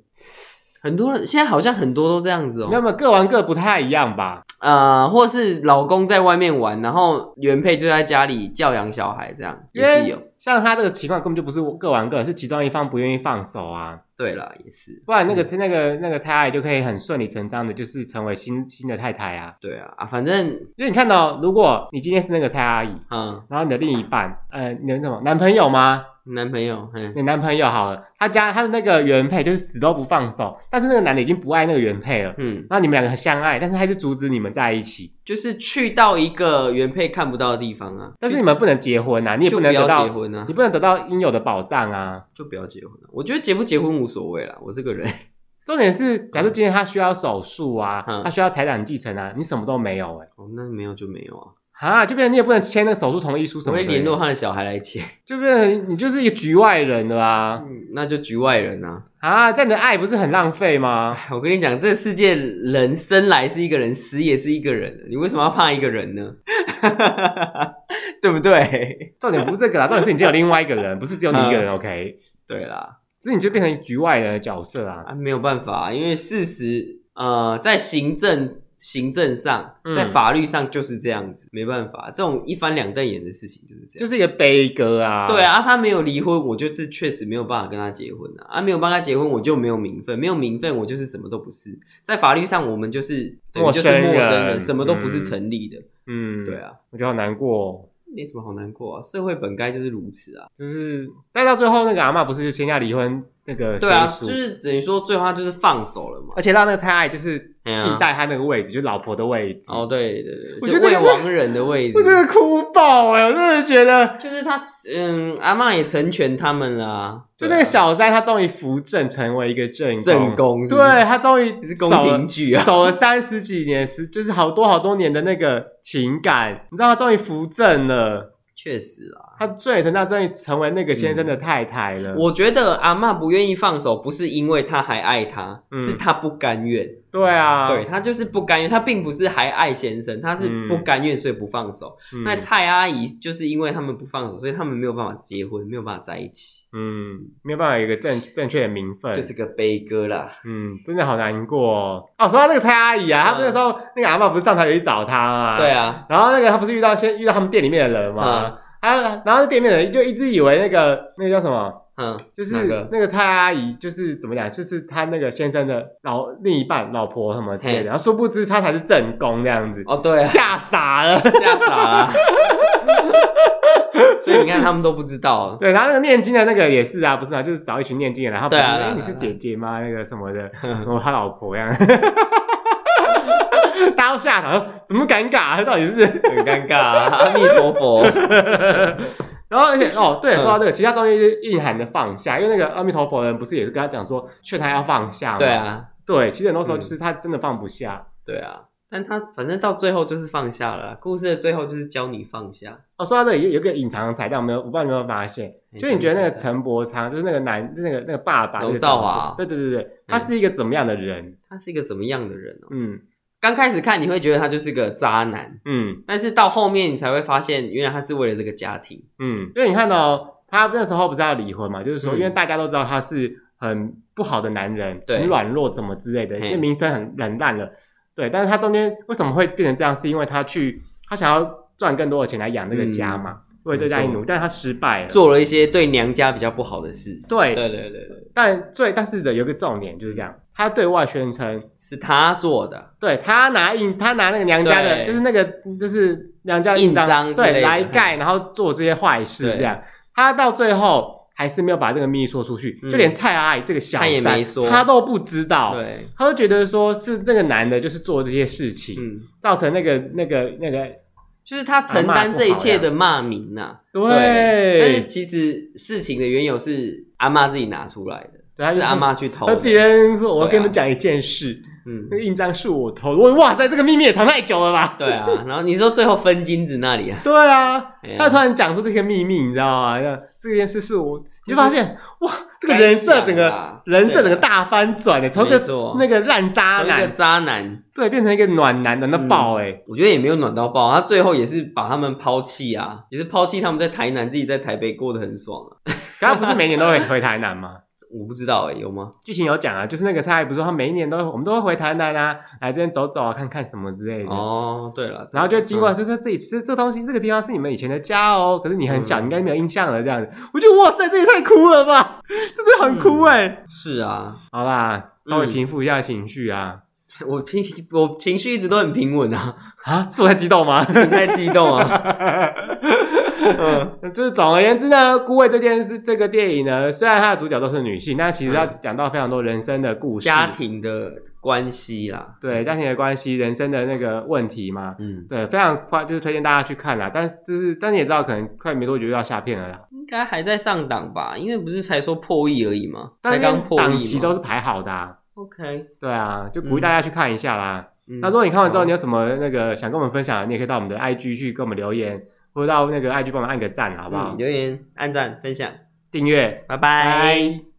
[SPEAKER 2] 很多人现在好像很多都这样子哦、
[SPEAKER 1] 那么各玩各不太一样吧？
[SPEAKER 2] 呃，或是老公在外面玩，然后原配就在家里教养小孩，这样
[SPEAKER 1] 因
[SPEAKER 2] 也是
[SPEAKER 1] 为
[SPEAKER 2] 有。
[SPEAKER 1] 像他这个情况根本就不是各玩各，是其中一方不愿意放手啊。
[SPEAKER 2] 对啦，也是。
[SPEAKER 1] 不然那个、那个那个蔡阿姨就可以很顺理成章的，就是成为新新的太太啊。
[SPEAKER 2] 对啊，啊，反正
[SPEAKER 1] 因为你看到、如果你今天是那个蔡阿姨，
[SPEAKER 2] 嗯，
[SPEAKER 1] 然后你的另一半，呃，你的什么男朋友吗？
[SPEAKER 2] 男朋友，嗯
[SPEAKER 1] 你的男朋友好了，他家他的那个原配就是死都不放手，但是那个男的已经不爱那个原配了，
[SPEAKER 2] 嗯，
[SPEAKER 1] 然后你们两个很相爱，但是他就阻止你们在一起，
[SPEAKER 2] 就是去到一个原配看不到的地方啊，
[SPEAKER 1] 但是你们不能结婚啊，你也
[SPEAKER 2] 就
[SPEAKER 1] 能得
[SPEAKER 2] 要结
[SPEAKER 1] 到，
[SPEAKER 2] 婚啊
[SPEAKER 1] 你，不能得到应有的保障啊。
[SPEAKER 2] 就不要结婚啊。我觉得结不结婚无所谓啦，我这个人，
[SPEAKER 1] 重点是，假设今天他需要手术啊，
[SPEAKER 2] 嗯
[SPEAKER 1] 他需要财产继承啊，你什么都没有哎、
[SPEAKER 2] 哦，那没有就没有啊，
[SPEAKER 1] 啊，就变成你也不能签那个手术同意书什
[SPEAKER 2] 我
[SPEAKER 1] 么的、欸
[SPEAKER 2] 会联络他的小孩来签，
[SPEAKER 1] 就变成你就是一个局外人了啊！
[SPEAKER 2] 嗯，那就局外人啊。
[SPEAKER 1] 啊，这样你的爱不是很浪费吗？
[SPEAKER 2] 哎我跟你讲，这个世界人生来是一个人，死也是一个人，你为什么要怕一个人呢？ 对不对？
[SPEAKER 1] 重点不是这个啦，重 点是你已经有另外一个人，不是只有你一个
[SPEAKER 2] 嗯
[SPEAKER 1] 人，OK？
[SPEAKER 2] 对啦，
[SPEAKER 1] 只是你就变成局外人的角色啊。
[SPEAKER 2] 啊，没有办法，因为事实，呃，在行政行政上
[SPEAKER 1] 嗯，
[SPEAKER 2] 在法律上就是这样子，没办法，这种一翻两瞪眼的事情就是这
[SPEAKER 1] 就
[SPEAKER 2] 样。
[SPEAKER 1] 是一个悲歌啊，
[SPEAKER 2] 对，啊，他没有离婚，我就是确实没有办法跟他结婚啊，啊，没有办法结婚，我就没有名分，没有名分，我就是什么都不是，在法律上我们就是等于就是
[SPEAKER 1] 陌生人
[SPEAKER 2] 陌生人，什么都不
[SPEAKER 1] 嗯
[SPEAKER 2] 是成立的，
[SPEAKER 1] 嗯，
[SPEAKER 2] 对，啊，
[SPEAKER 1] 我觉得好难过、哦，
[SPEAKER 2] 没什么好难过啊，社会本该就是如此啊，
[SPEAKER 1] 就是，但到最后那个阿嬷不是就签下离婚那个
[SPEAKER 2] 对啊，
[SPEAKER 1] 生疏
[SPEAKER 2] 就是等于说最后他就是放手了嘛。
[SPEAKER 1] 而且让那个蔡爱就是
[SPEAKER 2] 哎呀
[SPEAKER 1] 替代他那个位置，就是老婆的位置。
[SPEAKER 2] 哦，对对对，
[SPEAKER 1] 我
[SPEAKER 2] 就
[SPEAKER 1] 觉得这
[SPEAKER 2] 未
[SPEAKER 1] 个
[SPEAKER 2] 亡人的位置
[SPEAKER 1] 我，真的哭爆哎、我真的觉得，
[SPEAKER 2] 就是他，嗯，阿嬷也成全他们啦、
[SPEAKER 1] 就
[SPEAKER 2] 对啊
[SPEAKER 1] 那
[SPEAKER 2] 啊
[SPEAKER 1] 个小三，他终于扶正，成为一个正
[SPEAKER 2] 正宫是不是，
[SPEAKER 1] 对他终于
[SPEAKER 2] 是宫
[SPEAKER 1] 少了
[SPEAKER 2] 廷剧啊，
[SPEAKER 1] 走了三十几年，十就是好多好多年的那个情感，你知道他终于扶正了，
[SPEAKER 2] 确实啊。
[SPEAKER 1] 他顺理成章终于成为那个先生的太太了。
[SPEAKER 2] 嗯我觉得阿嬷不愿意放手，不是因为她还爱他，
[SPEAKER 1] 嗯
[SPEAKER 2] 是她不甘愿。
[SPEAKER 1] 对啊，
[SPEAKER 2] 对，她就是不甘愿，她并不是还爱先生，她是不甘愿，所以不放手。
[SPEAKER 1] 嗯
[SPEAKER 2] 那蔡阿姨就是因为他们不放手，所以他们没有办法结婚，没有办法在一起，
[SPEAKER 1] 嗯，没有办法有一个正正确的名分，
[SPEAKER 2] 就是个悲歌啦。
[SPEAKER 1] 嗯，真的好难过哦。哦，说到那个蔡阿姨啊，他们那时候那个阿嬷不是上台去找她吗？
[SPEAKER 2] 嗯对嗯啊，
[SPEAKER 1] 然后那个他不是遇到先遇到他们店里面的人吗？啊，然后店里面的人就一直以为那个那个叫什么，
[SPEAKER 2] 嗯，
[SPEAKER 1] 就是
[SPEAKER 2] 哪个
[SPEAKER 1] 那个蔡阿姨，就是怎么讲，就是她那个先生的老另一半老婆什么之类
[SPEAKER 2] 嘿
[SPEAKER 1] 的。然后殊不知她才是正宫这样子，
[SPEAKER 2] 哦，对啊，
[SPEAKER 1] 吓傻了。
[SPEAKER 2] 吓傻了。 所以你看，他们都不知道。
[SPEAKER 1] 对，然后那个念经的那个也是啊，不是啊，就是找一群念经的，然后
[SPEAKER 2] 对啊
[SPEAKER 1] 本来
[SPEAKER 2] 对啊
[SPEAKER 1] 你
[SPEAKER 2] 对啊
[SPEAKER 1] 是姐姐吗？那个什么 的，
[SPEAKER 2] 嗯
[SPEAKER 1] 我他老婆一样。 大家都吓到，怎么尴尬、啊？到底是？
[SPEAKER 2] 很尴尬、啊，阿弥陀 佛。
[SPEAKER 1] 然后而且哦，对，
[SPEAKER 2] 嗯
[SPEAKER 1] 说到这个，其他东西是蕴含的放下，因为那个阿弥陀佛的人不是也是跟他讲说，劝他要放下吗？
[SPEAKER 2] 对，啊，
[SPEAKER 1] 对，其实很多时候就是他真的放不下。
[SPEAKER 2] 对啊，但他反正到最后就是放下了啦，故事的最后就是教你放下。哎
[SPEAKER 1] 哦，说到这里，有有一个隐藏的彩蛋，我没有，我不知道你有没有发现，就你觉得那个陈伯昌，就是那个男，那个那个爸爸，
[SPEAKER 2] 龙
[SPEAKER 1] 那个角色
[SPEAKER 2] 少华啊嗯
[SPEAKER 1] 对对对对，他是一个怎么样的人？
[SPEAKER 2] 他是一个怎么样的人哦、
[SPEAKER 1] 嗯
[SPEAKER 2] 刚开始看你会觉得他就是个渣男，
[SPEAKER 1] 嗯
[SPEAKER 2] 但是到后面你才会发现，原来他是为了这个家庭。
[SPEAKER 1] 嗯，因为你看哦，他那时候不是要离婚嘛，就是说，
[SPEAKER 2] 嗯
[SPEAKER 1] 因为大家都知道他是很不好的男人，
[SPEAKER 2] 对
[SPEAKER 1] 很软弱，怎么之类的，
[SPEAKER 2] 嘿
[SPEAKER 1] 因为名声很冷淡了，对。但是他中间为什么会变成这样？是因为他去，他想要赚更多的钱来养这个家嘛，为这个家庭努力，但是他失败了。
[SPEAKER 2] 嗯做了一些对娘家比较不好的事。
[SPEAKER 1] 对，
[SPEAKER 2] 对嗯对对对，
[SPEAKER 1] 但最但是的有一个重点就是这样，他对外宣称，
[SPEAKER 2] 是他做的，
[SPEAKER 1] 对他拿印，他拿那个娘家的，
[SPEAKER 2] 对
[SPEAKER 1] 就是那个就是娘家的印章，
[SPEAKER 2] 印章之类的
[SPEAKER 1] 对来盖，然后做这些坏事
[SPEAKER 2] 对
[SPEAKER 1] 这样。他到最后还是没有把这个秘密说出去，
[SPEAKER 2] 嗯
[SPEAKER 1] 就连蔡阿姨这个小
[SPEAKER 2] 他
[SPEAKER 1] 三
[SPEAKER 2] 也没说
[SPEAKER 1] 他都不知道。
[SPEAKER 2] 对，
[SPEAKER 1] 他就觉得说是那个男的，就是做这些事情，
[SPEAKER 2] 嗯，
[SPEAKER 1] 造成那个那个那个
[SPEAKER 2] 就是他承担这一切的骂名呐、对但是
[SPEAKER 1] 对，
[SPEAKER 2] 其实事情的缘由是阿妈自己拿出来的，
[SPEAKER 1] 对，他
[SPEAKER 2] 是
[SPEAKER 1] 就
[SPEAKER 2] 阿。妈去偷
[SPEAKER 1] 他
[SPEAKER 2] 的。
[SPEAKER 1] 自己在那边说：“我要
[SPEAKER 2] 对啊
[SPEAKER 1] 跟你们讲一件事，
[SPEAKER 2] 嗯
[SPEAKER 1] 那，个印章是我偷的。”我哇塞，这个秘密也藏太久了吧？
[SPEAKER 2] 对啊。然后你说最后分金子那里啊，
[SPEAKER 1] 对啊，
[SPEAKER 2] 哎呀
[SPEAKER 1] 他突然讲出这个秘密，你知道吗？要这件事是我，
[SPEAKER 2] 就是
[SPEAKER 1] 你就发现哇，这个人设整
[SPEAKER 2] 该
[SPEAKER 1] 个、
[SPEAKER 2] 讲啊
[SPEAKER 1] 人设整个
[SPEAKER 2] 对啊
[SPEAKER 1] 大翻转的，从一
[SPEAKER 2] 没
[SPEAKER 1] 个
[SPEAKER 2] 错
[SPEAKER 1] 那个烂渣
[SPEAKER 2] 从一个
[SPEAKER 1] 男，
[SPEAKER 2] 渣男，
[SPEAKER 1] 对，变成一个暖男的那
[SPEAKER 2] 嗯
[SPEAKER 1] 爆哎、
[SPEAKER 2] 我觉得也没有暖到爆，他最后也是把他们抛弃啊，也是抛弃他们在台南，自己在台北过得很爽啊。
[SPEAKER 1] 可他不是每年都会回台南吗？
[SPEAKER 2] 我不知道哎、有吗？
[SPEAKER 1] 剧情有讲啊，就是那个蔡阿姨不是说他每一年都会我们都会回台南啊，来这边走走啊，看看什么之类的。
[SPEAKER 2] 哦，对了，
[SPEAKER 1] 然后就经过，
[SPEAKER 2] 嗯
[SPEAKER 1] 就是这里这这东西，这个地方是你们以前的家哦。可是你很小，
[SPEAKER 2] 嗯
[SPEAKER 1] 你应该没有印象了。这样子，我觉得哇塞，这也太酷了吧， 这真的很酷哎、
[SPEAKER 2] 是啊，
[SPEAKER 1] 好啦，稍微
[SPEAKER 2] 嗯
[SPEAKER 1] 平复一下情绪啊。
[SPEAKER 2] 我平 我情绪一直都很平稳啊，
[SPEAKER 1] 啊，是我在激动吗？
[SPEAKER 2] 你太激动啊，嗯，
[SPEAKER 1] 就是总而言之呢，《孤味》这件事，这个电影呢，虽然它的主角都是女性，但其实它讲到非常多人生的故事、
[SPEAKER 2] 嗯家庭的关系啦，
[SPEAKER 1] 对家庭的关系、人生的那个问题嘛。
[SPEAKER 2] 嗯，
[SPEAKER 1] 对，非常快，就是推荐大家去看啦。但是就是，但是也知道，可能快没多久就要下片了啦。
[SPEAKER 2] 应该还在上档吧，因为不是才说破亿而已嘛，
[SPEAKER 1] 但
[SPEAKER 2] 才
[SPEAKER 1] 是
[SPEAKER 2] 刚破亿
[SPEAKER 1] 档
[SPEAKER 2] 嘛
[SPEAKER 1] 期都是排好的、啊，
[SPEAKER 2] OK。
[SPEAKER 1] 对啊，就鼓励大家去看一下啦。
[SPEAKER 2] 嗯
[SPEAKER 1] 那如果你看完之后，
[SPEAKER 2] 好
[SPEAKER 1] 你有什么那个想跟我们分享的，你也可以到我们的 IG 去跟我们留言，或
[SPEAKER 2] 嗯
[SPEAKER 1] 者到那个 IG 帮我们按个赞，好不好？
[SPEAKER 2] 嗯留言、按赞、分享，
[SPEAKER 1] 订阅，
[SPEAKER 2] 拜拜。